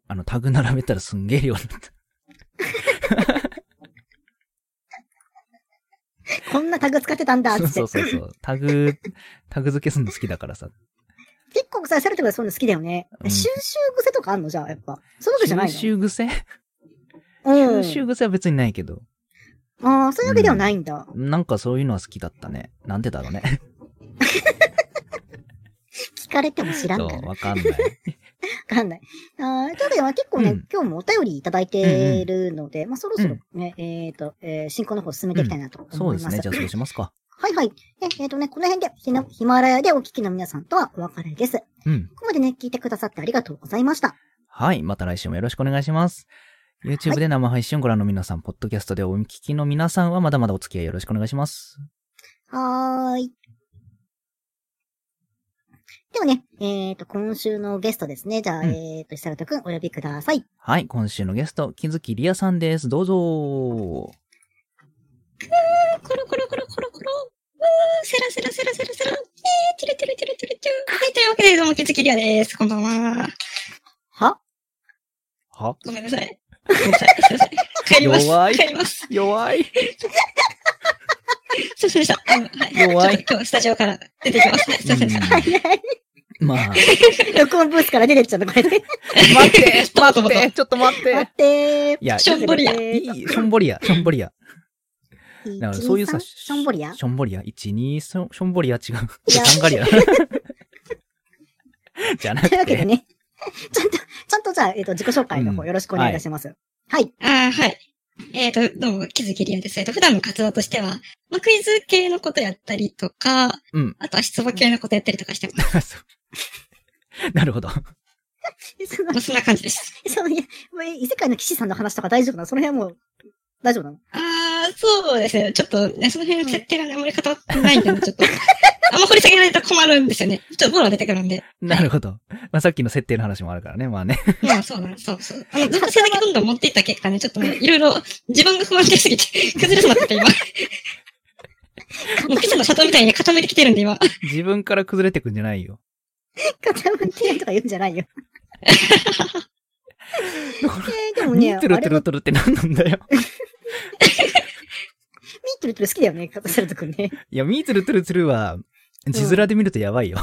Speaker 1: あの、タグ並べたらすんげえ量になった。
Speaker 2: こんなタグ使ってたんだ、つっ
Speaker 1: そ
Speaker 2: て。
Speaker 1: うそうそうそう。タグ、タグ付けするの好きだからさ。
Speaker 2: 結構さ、セラティブはそういうの好きだよね。
Speaker 1: うん
Speaker 2: 収集癖とかあんのじゃあ、やっぱ。そういうわけじゃない
Speaker 1: 収
Speaker 2: の
Speaker 1: 集癖
Speaker 2: うん。
Speaker 1: 収集癖は別にないけど、
Speaker 2: ああ、そういうわけではないんだ。
Speaker 1: なんかそういうのは好きだったね。なんでだろう
Speaker 2: *laughs*
Speaker 1: ね。
Speaker 2: 聞かれても知らん
Speaker 1: そ
Speaker 2: から。
Speaker 1: う、
Speaker 2: わ
Speaker 1: わか
Speaker 2: *laughs*
Speaker 1: んない。
Speaker 2: かんない。ああ、というわけで、まあ結構ね、
Speaker 1: うん
Speaker 2: 今日もお便りいただいてるので、まあそろそろね、えっ、と、えー進行の方進めていきたいなと思います。
Speaker 1: そうですね。じゃあそうしますか。
Speaker 2: はいはい。えっ、えーとね、この辺でひな、ヒマラヤでお聞きの皆さんとはお別れです。
Speaker 1: うん。
Speaker 2: ここまでね、聞いてくださってありがとうございました。
Speaker 1: はい。また来週もよろしくお願いします。
Speaker 2: は
Speaker 1: YouTube
Speaker 2: い
Speaker 1: で生配信をご覧の皆さん、ポッドキャストでお聞きの皆さんはまだまだお付き合いよろしくお願いします。
Speaker 2: はーい。ではね、えっ、と、今週のゲストですね。じゃあ、
Speaker 1: うん
Speaker 2: えっ、と、久本くんお呼びください。
Speaker 1: はい。今週のゲスト、木月りあさんです。どうぞ。
Speaker 3: コロコロコロコロコロ。うー、セラセラセラセラセラ。えー、チュルチュルチュルチュルチュル。はい、というわけで、どうも、ケツキリアです。こんばんは。
Speaker 2: は
Speaker 1: は
Speaker 3: ごめんなさい。ごめんなさい。すいません帰ります。
Speaker 1: 弱い
Speaker 3: 帰ります。
Speaker 1: 弱い。
Speaker 3: すいませんでした。あのはい、
Speaker 1: 弱い
Speaker 3: ちょっと今日、スタジオから出てきます。はいすいませんでした。
Speaker 1: うん *laughs* まあ、
Speaker 2: *laughs* 録音ブースから出てっちゃった、こ
Speaker 1: *laughs*
Speaker 2: れで。
Speaker 1: 待って、
Speaker 3: もっと
Speaker 1: 待って、ちょっと待っ
Speaker 2: 待
Speaker 1: て。
Speaker 2: ってー。
Speaker 1: いや、
Speaker 3: しょんぼりや
Speaker 1: いい、しょんぼりや、しょんぼりや。だからそういうさ、
Speaker 2: 1 2 3しょんぼりや
Speaker 1: しょんぼりや。1、2、しょんしょんぼりや、違う。
Speaker 2: いや
Speaker 1: シャンガリア。 *laughs* じゃなく
Speaker 2: *laughs* というわけで
Speaker 1: て、
Speaker 2: ね。ちゃんと、ちゃんとじゃあ、えっ、と、自己紹介の
Speaker 1: う
Speaker 2: 方
Speaker 1: ん
Speaker 2: よろしくお願いいたします。はい。
Speaker 3: あーはい。えっ、と、どうも、ケツキリアです。えっ、と、普段の活動としては、まあ、クイズ系のことやったりとか、
Speaker 1: うん *laughs*
Speaker 3: あとは質問系のことやったりとかしてます。
Speaker 1: そうなるほど。
Speaker 2: その
Speaker 3: まあ、そんな感じです。
Speaker 2: その、いやもう異世界の騎士さんの話とか大丈夫なのその辺はもう、大丈夫なの
Speaker 3: ああ、そうですね。ちょっとね、その辺の設定がね、あまり固まってないんで、
Speaker 2: *laughs*
Speaker 3: ちょっと。あんま掘り下げられたら困るんですよね。ちょっとボロが出てくる
Speaker 2: *laughs*
Speaker 3: んで。
Speaker 1: なるほど。まあ、さっきの設定の話もあるからね。まあね。
Speaker 3: まあ、そうなんです。そうそう。あの、ずっと性だけどんどん持っていった結果ね、ちょっとね、いろいろ自分が不安定すぎて、 *laughs* 崩れそうになってて、今。もう、記者の里みたいに固めてきてるんで、今。 *laughs*
Speaker 1: 自分から崩れてくんじゃないよ。
Speaker 2: 傾いてとか言うんじゃ
Speaker 1: *laughs*
Speaker 2: ないよ。えー、でもね、あ
Speaker 1: トゥ
Speaker 2: れは
Speaker 1: ルトゥルトゥルって何なんだよ。
Speaker 2: ミートルトル好きだよね、片セルトくんね。
Speaker 1: いや、ミートゥルトゥルトゥルは、字面で見るとやばいよ。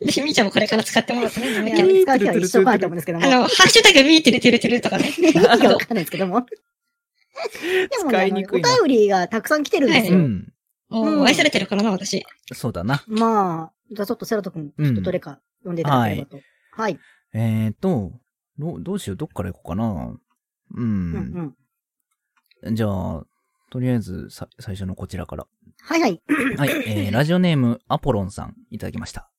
Speaker 3: ぜひ、みーちゃんもこれから使ってもらってね、ダメ
Speaker 2: い
Speaker 3: だ
Speaker 2: や
Speaker 3: けど
Speaker 2: 使う人は一生かなと思うんですけど
Speaker 3: あ
Speaker 2: も。
Speaker 3: の、ハッシュタグみーてるてるてるとかね。
Speaker 2: 意味 *laughs* がわかんないですけ
Speaker 1: *laughs*
Speaker 2: ども。でもね、
Speaker 1: 使
Speaker 2: あ
Speaker 1: い
Speaker 2: の
Speaker 1: に
Speaker 2: ねお
Speaker 1: くい
Speaker 2: 便
Speaker 1: な
Speaker 2: りがたくさん来てるんです
Speaker 1: う
Speaker 2: よ。
Speaker 1: ん。
Speaker 3: お
Speaker 2: うん
Speaker 3: ー、愛されてるからな、私。
Speaker 1: そうだな。
Speaker 2: まあ、じゃあちょっとセラト君、
Speaker 1: うん
Speaker 2: ちょっとどれか読んでいただければと。はい。
Speaker 1: えーと、どう、どうしよう、どっから行こうかな。う
Speaker 2: うん
Speaker 1: ん。
Speaker 2: うん。
Speaker 1: じゃあ、とりあえずさ、最初のこちらから。
Speaker 2: はいはい。
Speaker 1: はい、 *laughs* えー、ラジオネーム、アポロンさん、いただきました。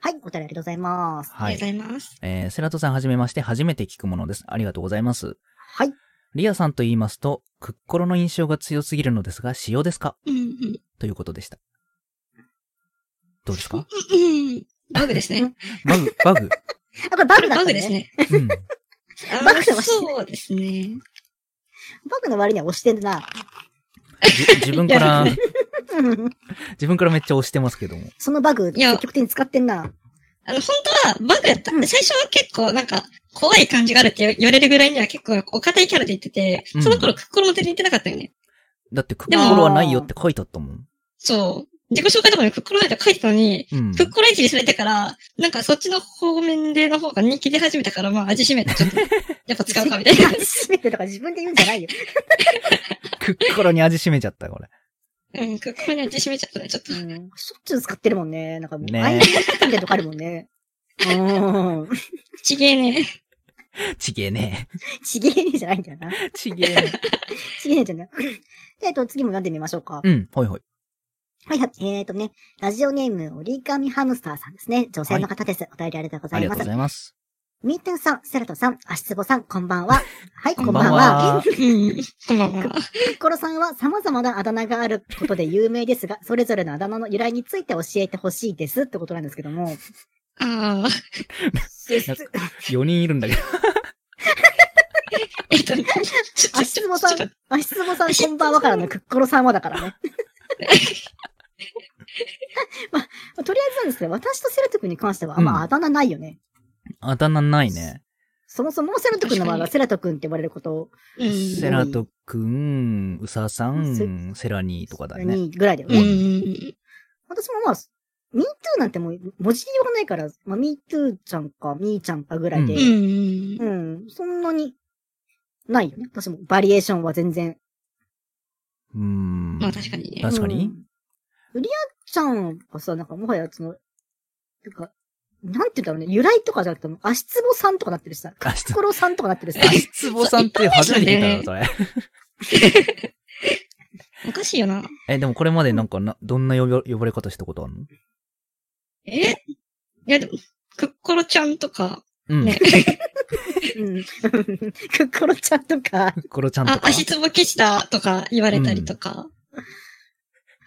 Speaker 2: はい、お便りありがとうございます。
Speaker 1: は
Speaker 3: あり
Speaker 1: い
Speaker 3: が。とうございます。
Speaker 1: えー、セラトさんはじめまして、初めて聞くものです。ありがとうございます。
Speaker 2: はい。
Speaker 1: リアさんと言いますと、クッコロの印象が強すぎるのですが、塩ですか
Speaker 3: うんうん。
Speaker 1: ということでした。どうです *laughs* か
Speaker 3: うん。バグですね。
Speaker 1: バグ、バグ。
Speaker 2: あ、これバグだった
Speaker 3: バ
Speaker 2: んだ
Speaker 3: グです。ね。
Speaker 1: うん。
Speaker 3: あー
Speaker 2: バグかもしれな
Speaker 3: そうですね。
Speaker 2: バグの割には押してんな。
Speaker 1: じ自分から
Speaker 3: いや、
Speaker 2: うん
Speaker 1: 自分からめっちゃ押してますけども。
Speaker 2: *laughs* そのバグ、
Speaker 3: いや
Speaker 2: 積極的に使ってんな。
Speaker 3: あの、本当は、バグやった。
Speaker 2: うん
Speaker 3: 最初は結構、なんか、怖い感じがあるって言われるぐらいには結構、お堅いキャラで言ってて、
Speaker 1: うん
Speaker 3: その頃、クッコロも全然言ってなかったよね。
Speaker 1: だって、クッコロはないよって書いてあったもん。
Speaker 3: そう。自己紹介とかにクッコロなんて書いてたのに、
Speaker 1: うん。
Speaker 3: クッコロ一にされてから、なんかそっちの方面での方が人気出始めたから、まあ味しめ
Speaker 1: *laughs*
Speaker 3: て、ちょっと、やっぱ使うかみたい
Speaker 2: *laughs*
Speaker 3: な。 *laughs*
Speaker 2: 締めてとか自分で言うんじゃないよ。
Speaker 1: クッコロに味しめちゃった、これ。
Speaker 3: うん、クッコロに味しめちゃったね、ちょっと
Speaker 2: う。んしょっちゅう使ってるもんね。なんかもう、
Speaker 1: ね
Speaker 2: 毎日使ってるみたいなとこあるもん *laughs* ね。うん。
Speaker 3: ちげえね。
Speaker 1: ちげえね。
Speaker 2: ちげえねじゃないんだよな。
Speaker 1: ちげえね。
Speaker 2: ちげえねじゃない。 *laughs* でえっと、次も読んでみましょうか。
Speaker 1: うん、ほいほい。
Speaker 2: はいはい。えっ、とね、ラジオネーム、折り紙ハムスターさんですね。女性の方です。お便りありがとうご
Speaker 1: あ
Speaker 2: ざ
Speaker 1: り
Speaker 2: い
Speaker 1: がとうご
Speaker 2: ます
Speaker 1: ざ。います。
Speaker 2: ミーテンさん、セラトさん、足つぼさん、こんばんは。はい、こんばん
Speaker 1: こんばん
Speaker 2: は
Speaker 1: は。
Speaker 3: うん。こんばんは。
Speaker 2: ピッコロさんは様々なあだ名があることで有名ですが、それぞれのあだ名の由来について教えてほしいですってことなんですけど *laughs* も。
Speaker 3: ああ。
Speaker 1: なんか4人いるんだけど。
Speaker 3: えっと、ちょ、
Speaker 2: 足
Speaker 3: ち
Speaker 2: つ
Speaker 3: ょ、
Speaker 2: ぼ
Speaker 3: ちょ
Speaker 2: さ
Speaker 3: っと
Speaker 2: ん、足つぼさん、こんばんはからのクッコロさんはだから
Speaker 1: *laughs*
Speaker 2: ね。まあ、とりあえずなんですけど、私とセルト君に関しては、ま
Speaker 1: うん
Speaker 2: あ、あだ名ないよね。
Speaker 1: あだ名ないね。
Speaker 2: そもそもセルト君の場合は、セラト君って呼ばれること
Speaker 3: うん。
Speaker 1: セラトくん、ウサさん、セラニーとかだね。
Speaker 2: にぐらいだよ
Speaker 3: うん
Speaker 2: ね。私もまあ、MeToo なんてもう、文字言わないから、まあ、MeToo ちゃんか、みーちゃんかぐらいで、
Speaker 3: うん。うん。
Speaker 2: うん、そんなに、ないよね。私も、バリエーションは全然。
Speaker 1: うーん。
Speaker 3: まあ確かにね。
Speaker 1: 確かに
Speaker 2: うん。リアちゃんはさ、なんかもはや、その、なんか、なんて言うんだろうね、由来とかじゃなくても、足つぼさんとかなってるしさ、か
Speaker 1: 足つ
Speaker 2: っころさんとかなってるしさ、
Speaker 1: 足つぼさんって初めて聞いたよ、そ
Speaker 2: *laughs*
Speaker 1: れ。
Speaker 3: おかしいよな。
Speaker 1: え、でもこれまでなんかな、どんな呼ば呼ばれ方したことあるの
Speaker 3: えいや、でも、クッコロちゃんとか、
Speaker 1: うん。
Speaker 3: ね
Speaker 2: うん。 *laughs* くっころちゃんとか、
Speaker 1: コロちゃんと
Speaker 3: あ、
Speaker 1: か。
Speaker 3: 足つぼ消したとか言われたりとか。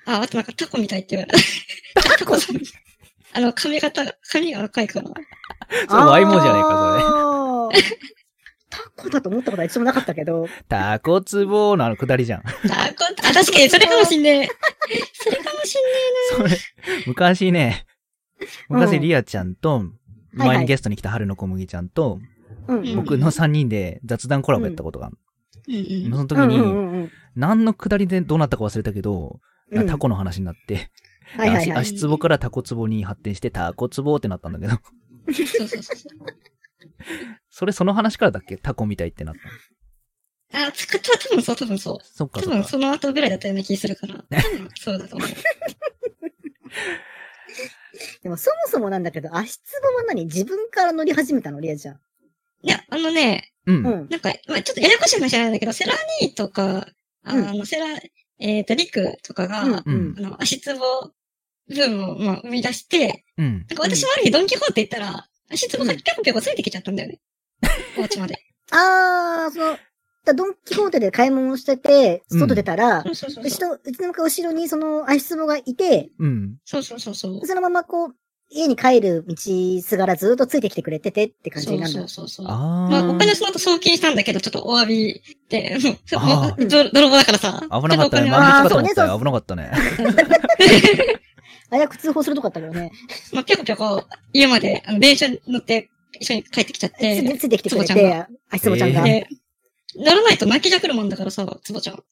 Speaker 3: あ、あとなんかタコみたいって言われ
Speaker 1: *laughs*
Speaker 3: た。タコさん。あの、髪型が、髪が赤いから。
Speaker 1: *laughs* それワイモじゃねえか、
Speaker 2: か、それ。タコだと思ったことは一度もなかったけど、
Speaker 1: それ。タコツボのあの下りじ
Speaker 2: *laughs*
Speaker 1: ゃん。
Speaker 3: タコ、あ、確かにそれかもしんねえ。それかもしんね
Speaker 1: それ、昔ね、昔
Speaker 2: うん
Speaker 1: リアちゃんと、
Speaker 2: はい
Speaker 1: 前にゲストに来た春の小麦ちゃんと、
Speaker 2: うんうん。
Speaker 1: 僕の3人で雑談コラボやったことがある。
Speaker 3: え
Speaker 1: そ
Speaker 3: な。うんうん。
Speaker 1: の時
Speaker 2: うんう
Speaker 1: に、
Speaker 2: んうん
Speaker 1: 何の下りでどうなったか忘れたけど、
Speaker 2: うん、
Speaker 1: タコの話になって、
Speaker 2: はいはい
Speaker 1: 足
Speaker 2: はい。
Speaker 1: 足つぼからタコツボに発展して、タコツボってなったんだけど、 *laughs*
Speaker 3: そうそうそうそう。
Speaker 1: それその話からだっけタコみたいってなったの。
Speaker 3: あ、使った多分そう、多分そう。
Speaker 1: そっか
Speaker 3: 多
Speaker 1: そっ
Speaker 3: 分
Speaker 1: か。
Speaker 3: その後ぐらいだったような気するから。多分そうだと思う。
Speaker 2: でもそもそもなんだけど、足つぼは何自分から乗り始めたのリアちゃん。
Speaker 3: いや、あのね、
Speaker 1: う。
Speaker 2: うんん。
Speaker 3: なんか、まあ、ちょっとややこしい話じゃないんだけど、セラニーとか、あ
Speaker 2: うん
Speaker 3: あの、セラ、えっ、と、リクとかが、
Speaker 2: うん。うん
Speaker 3: あの、足つぼブームを、まあ、生み出して、
Speaker 1: うん。
Speaker 3: なんか私もある日ドンキホーテ行ったら、足つぼがぴょこぴょこついてきちゃったんだよね。お家まで。
Speaker 2: あー、その、だドンキホーテで買い物をしてて、
Speaker 1: うん
Speaker 2: 外出たら、
Speaker 3: そうそうそうう
Speaker 2: ち
Speaker 3: そう。
Speaker 2: の、うちの後ろにその足つぼがいて、
Speaker 1: うん。
Speaker 3: そうそうそうそう。
Speaker 2: そのままこう、家に帰る道すがらずっとついてきてくれててって感
Speaker 3: そ
Speaker 2: じ
Speaker 3: う
Speaker 2: なんだ。
Speaker 3: そうそうそう。
Speaker 1: あ
Speaker 3: まあ、お金
Speaker 1: ー
Speaker 3: はその後送金したんだけど、ちょっとお詫びで、もうそ
Speaker 1: あ
Speaker 2: ー
Speaker 3: もうど泥棒だからさ。
Speaker 1: 危なかったね。
Speaker 3: ちょ
Speaker 2: ま
Speaker 1: 万
Speaker 2: あ
Speaker 3: っ
Speaker 1: 引きかと思った
Speaker 2: あー
Speaker 1: よ。危なかったね。
Speaker 2: あやく通報するとこだったけどね。
Speaker 3: と *laughs* まあ、ぴょこぴょこ家まで、あの、電車に乗って一緒に帰ってきちゃっ
Speaker 2: つ
Speaker 3: て。
Speaker 2: ついてきてくれ
Speaker 3: つぼちゃん
Speaker 2: て、足つぼちゃんが。
Speaker 1: え
Speaker 3: で、ならないと泣きじゃくるもんだからさ、つぼちゃん。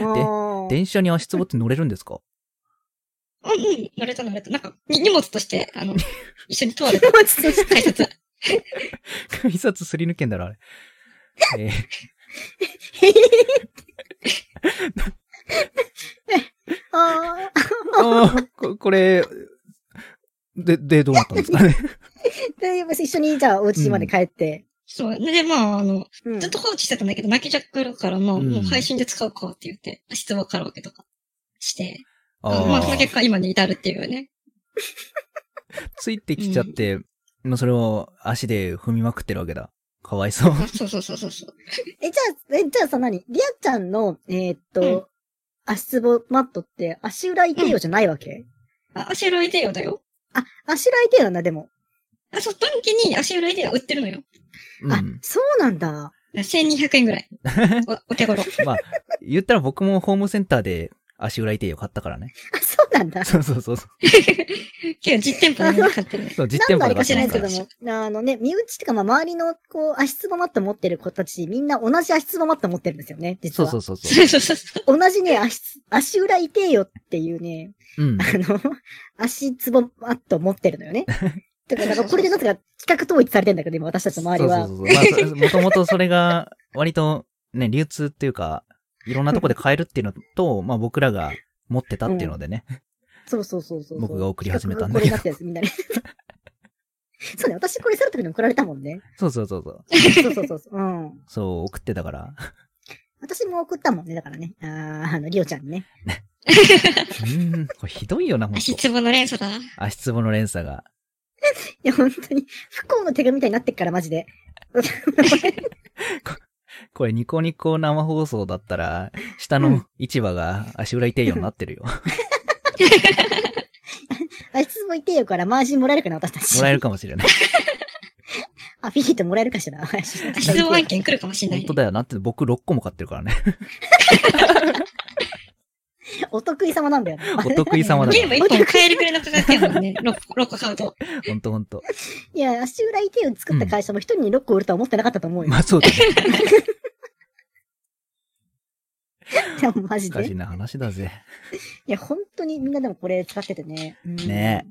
Speaker 2: もう
Speaker 1: 電車に足つぼって乗れるんですか
Speaker 3: うんうん、乗れた乗れた。なんか、に荷物として、あの、一緒に通
Speaker 2: *laughs*
Speaker 3: れた。
Speaker 2: 落ち着いて
Speaker 3: 改札。
Speaker 1: 改札すり抜けんだろ、あれ。えー
Speaker 2: *laughs* あー
Speaker 1: あーここれ、で、で、どうなったんですかね。
Speaker 2: で、一緒にじゃあお家まで帰って、
Speaker 3: そう。で、まあ、あの、
Speaker 2: うん
Speaker 3: ずっと放置してたんだけど、泣きじゃくるから、まあ、
Speaker 1: うん
Speaker 3: もう配信で使うかって言って、質問カラオケとかして、
Speaker 1: ー
Speaker 3: まあ、その結果今に至るっていうね。
Speaker 1: ついてきちゃって、もうそれを足で踏みまくってるわけだ。かわいそう。
Speaker 3: あそうそうそうそうそう。
Speaker 2: え、じゃあ、え、じゃあさ、何リアちゃんの、えーっ
Speaker 3: うん
Speaker 2: と、足つぼマットって足裏痛いよじゃないわけ、
Speaker 3: あ、足裏イデオだよ。
Speaker 2: あ、足裏痛いよなんだ、でも。
Speaker 3: あ、そう、ドンキに足裏イデオ売ってるのよ。
Speaker 1: う
Speaker 2: あ
Speaker 1: ん、。
Speaker 2: そうなんだ。
Speaker 3: 1200円ぐ
Speaker 1: *laughs*
Speaker 3: らい。おお手頃。
Speaker 1: まあ、言ったら僕もホームセンターで足裏痛いよ買ったからね。 *laughs*
Speaker 2: あ、そうなんだ。
Speaker 1: そうそうそうそう。
Speaker 3: 今日実店舗でね買ってるね。
Speaker 1: そう実店
Speaker 2: 何の
Speaker 1: 舗
Speaker 2: あ
Speaker 1: で買
Speaker 2: れか
Speaker 1: っ
Speaker 2: 知
Speaker 1: た
Speaker 2: ら
Speaker 1: か
Speaker 2: な
Speaker 1: ら
Speaker 2: いですけども、あのね、身内っていうか、まあ、周りの、こう、足つぼマット持ってる子たち、みんな同じ足つぼマット持ってるんですよね、実
Speaker 1: そう
Speaker 2: は。
Speaker 1: そうそうそ
Speaker 3: そうそうそうそう。
Speaker 2: 同じね、足つ、足裏痛えよっていうね、
Speaker 1: う。うん
Speaker 2: あ。の、足つぼマット持ってるのよね。だから、なんかこれでなんか、企画統一されてんだけど、今、私たちの周りは。
Speaker 1: そうそうそうそう。まあ、もともとそれが、割とね、流通っていうか、いろんなとこで買えるっていうのと、まあ僕らが持ってたっていうのでね。
Speaker 2: そうそうそうそうそう。
Speaker 1: 僕が送り始めたんだけど
Speaker 2: 企画これになってるやつみんなね。そうね、私これされた時に怒られたもんね。
Speaker 1: そうそうそうそう。
Speaker 2: そうそうそうそう。うん。
Speaker 1: そう、送ってたから。
Speaker 2: 私も送ったもんね、だからね。あーあの、リオちゃんにね。
Speaker 1: うん、これひどいよな、ほんと。
Speaker 3: 足つぼの連鎖だ。
Speaker 1: 足つぼの連鎖が。
Speaker 2: いや、本当に、不幸の手紙みたいになってっから、マジで。
Speaker 1: これニコニコ生放送だったら、下の市場が足裏痛いようになってるよ。
Speaker 2: あいつもいてよから、マージンもらえるかな、私たち。
Speaker 1: もらえるかもしれない。
Speaker 2: アフィリエイトもらえるかしら。足
Speaker 3: 足つぼ案件来るかもしれな
Speaker 1: 本
Speaker 3: い
Speaker 1: 当。だよなって、僕6個も買ってるからね。
Speaker 2: *laughs* お得意様なんだよね。
Speaker 1: お得意様だ
Speaker 3: ゲーム
Speaker 1: よ。
Speaker 3: 1本買えるぐらいの価格やもんね。6個、6個買うと。
Speaker 1: 本当本当。
Speaker 2: *laughs* いや、足裏いてよ作った会社も一人に6個売るとは思ってなかったと思うよ
Speaker 1: ま。あそうだね。
Speaker 2: いや、マジ
Speaker 1: おか
Speaker 2: で。
Speaker 1: し
Speaker 2: い
Speaker 1: な話だぜ。
Speaker 2: や、本当にみんなでもこれ使っててね。うん
Speaker 1: ね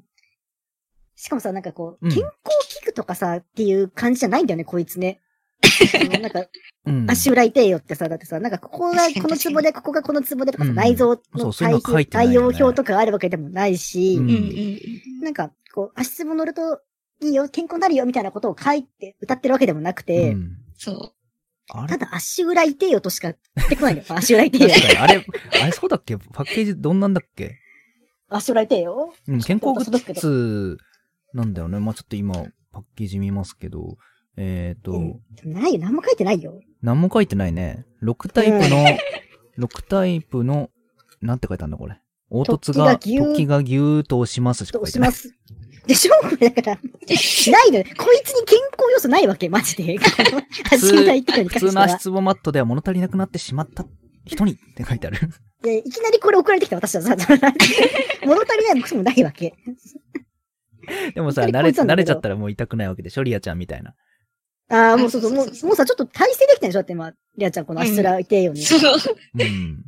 Speaker 2: しかもさ、なんかこう、
Speaker 1: うん
Speaker 2: 健康器具とかさ、っていう感じじゃないんだよね、こい
Speaker 1: *laughs*
Speaker 2: つね。あのなんか、
Speaker 1: え。うん。
Speaker 2: 足裏痛いよってさ、だってさ、なんかここが
Speaker 3: 確かに
Speaker 2: このツボで、ここがこのツボでとかさ、
Speaker 1: うん
Speaker 2: 内臓
Speaker 1: そ
Speaker 2: の
Speaker 1: うそういうの書いてないよ
Speaker 2: 対
Speaker 1: ね
Speaker 2: 応表とかあるわけでもないし、
Speaker 1: う
Speaker 3: うんんうん。
Speaker 2: なんか、こう、足つぼ乗るといいよ、健康になるよ、みたいなことを書いて、歌ってるわけでもなくて、
Speaker 1: うん
Speaker 3: そ
Speaker 1: あれ
Speaker 2: ただ足裏痛いよとしか言って
Speaker 1: *laughs*
Speaker 2: こないんだよ。足裏痛いよ
Speaker 1: 確。かに、あれ、あれそうだっけパッケージどんなんだっけ
Speaker 2: 足裏痛いよ。
Speaker 1: うん、健康グッズなんだよね。まあちょっと今、パッケージ見ますけど、えっ、ー、と、
Speaker 2: うんないよ、何も書いてないよ。
Speaker 1: 何も書いてないね。6タイプ *laughs* の、6タイプの、なんて書いてあるんだこれ。凹凸が、
Speaker 2: 突
Speaker 1: 時
Speaker 2: 起がギュー
Speaker 1: がぎゅーっと押しますし
Speaker 2: ちょっ
Speaker 1: か
Speaker 2: と
Speaker 1: 書い
Speaker 2: 押
Speaker 1: てな
Speaker 2: し
Speaker 1: い
Speaker 2: ま。す。でしょこれだから、ないのよ。こいつに健康要素ないわけ、マジ
Speaker 1: *laughs*
Speaker 2: で。この足裏痛いよに
Speaker 1: 普通
Speaker 2: 関して
Speaker 1: の足
Speaker 2: は。
Speaker 1: つぼマットでは物足りなくなってしまった人にって書いてある。
Speaker 2: でいきなりこれ送られてきた私はさ、 *laughs* 物足りないもクソもないわけ。
Speaker 1: でもさ、
Speaker 2: 本当
Speaker 1: 慣れ
Speaker 2: にこいつなん
Speaker 1: 慣
Speaker 2: だ
Speaker 1: れ
Speaker 2: け
Speaker 1: ち
Speaker 2: ど
Speaker 1: ゃったらもう痛くないわけでしょリアちゃんみたいな。
Speaker 2: ああ、もうそうそう、
Speaker 3: あ
Speaker 2: も
Speaker 3: そううそうそう
Speaker 2: もうさ、ちょっと体勢できたでしょだって今、りあちゃんこの足裏痛いよ
Speaker 3: う。
Speaker 2: ね。
Speaker 3: そう。
Speaker 1: うん。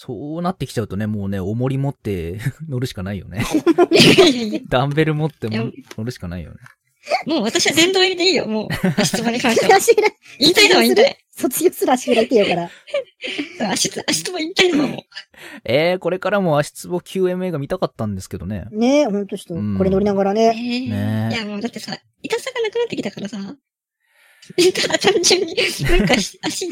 Speaker 1: そうなってきちゃうとね、もうね、重り持って *laughs* 乗るしかないよね。
Speaker 3: いやいやいや。
Speaker 1: ダンベル持って
Speaker 3: いや
Speaker 1: も乗るしかないよね。
Speaker 3: もう私は殿堂入りでいいよ、もう。
Speaker 1: *laughs*
Speaker 3: 足つぼに関して
Speaker 2: *laughs*
Speaker 3: は。
Speaker 2: 足裏、
Speaker 3: 引退だわ、引退。
Speaker 2: 卒業する足裏痛いよから。
Speaker 3: 足つ、足つぼ引退だわ、もう。
Speaker 1: えー、これからも足つぼ QMA が見たかったんですけどね。
Speaker 2: ねえ、ほんとちょっ
Speaker 1: うん
Speaker 2: と、これ乗りながら
Speaker 3: え
Speaker 2: ね。
Speaker 3: ー
Speaker 1: ね
Speaker 3: いや、もうだってさ、痛さがなくなってきたからさ、ただ単純に、なんかし足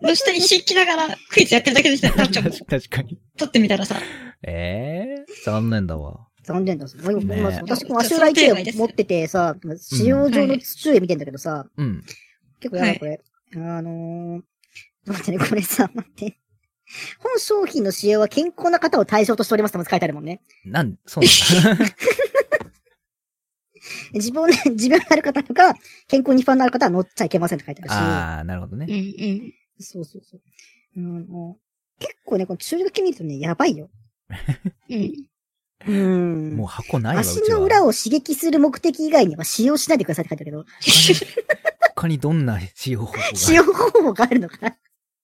Speaker 3: の下に敷きながらクイズやってるだけでしたよ、なおちゃん
Speaker 1: *laughs*
Speaker 3: も。
Speaker 1: 確かに。
Speaker 3: 撮ってみたらさ、
Speaker 1: えー、残念だわ。
Speaker 2: 残念だ。もう
Speaker 1: ねえ
Speaker 2: まあ私、この足裏痛いよ持っててさ、使用上の注意見てんだけどさ、
Speaker 1: うん。
Speaker 2: 結構やだ
Speaker 3: はい
Speaker 2: これ。あのー、待ってね、これさ、待って。本商品の使用は健康な方を対象としておりますってまず書いてあるもんね。
Speaker 1: なん、そう
Speaker 2: *laughs*
Speaker 1: なんだ。
Speaker 2: 自分、 *laughs* 自分がある方とか、健康に不安のある方は乗っちゃいけませんって書いてあ
Speaker 1: あー、なるほど
Speaker 3: うん
Speaker 1: ね。
Speaker 3: うん。
Speaker 2: るし。そうそうそう。うん、もう結構ね、この注意書き見るとね、やばいよ。
Speaker 3: うん。
Speaker 2: うん。
Speaker 1: もう箱ないわ、うちは。
Speaker 2: 足の裏を刺激する目的以外には使用しないでくださいって書いてあるけど、
Speaker 1: 他にどんな使用方
Speaker 2: *laughs*
Speaker 1: 法が
Speaker 2: 使用方法があるのかな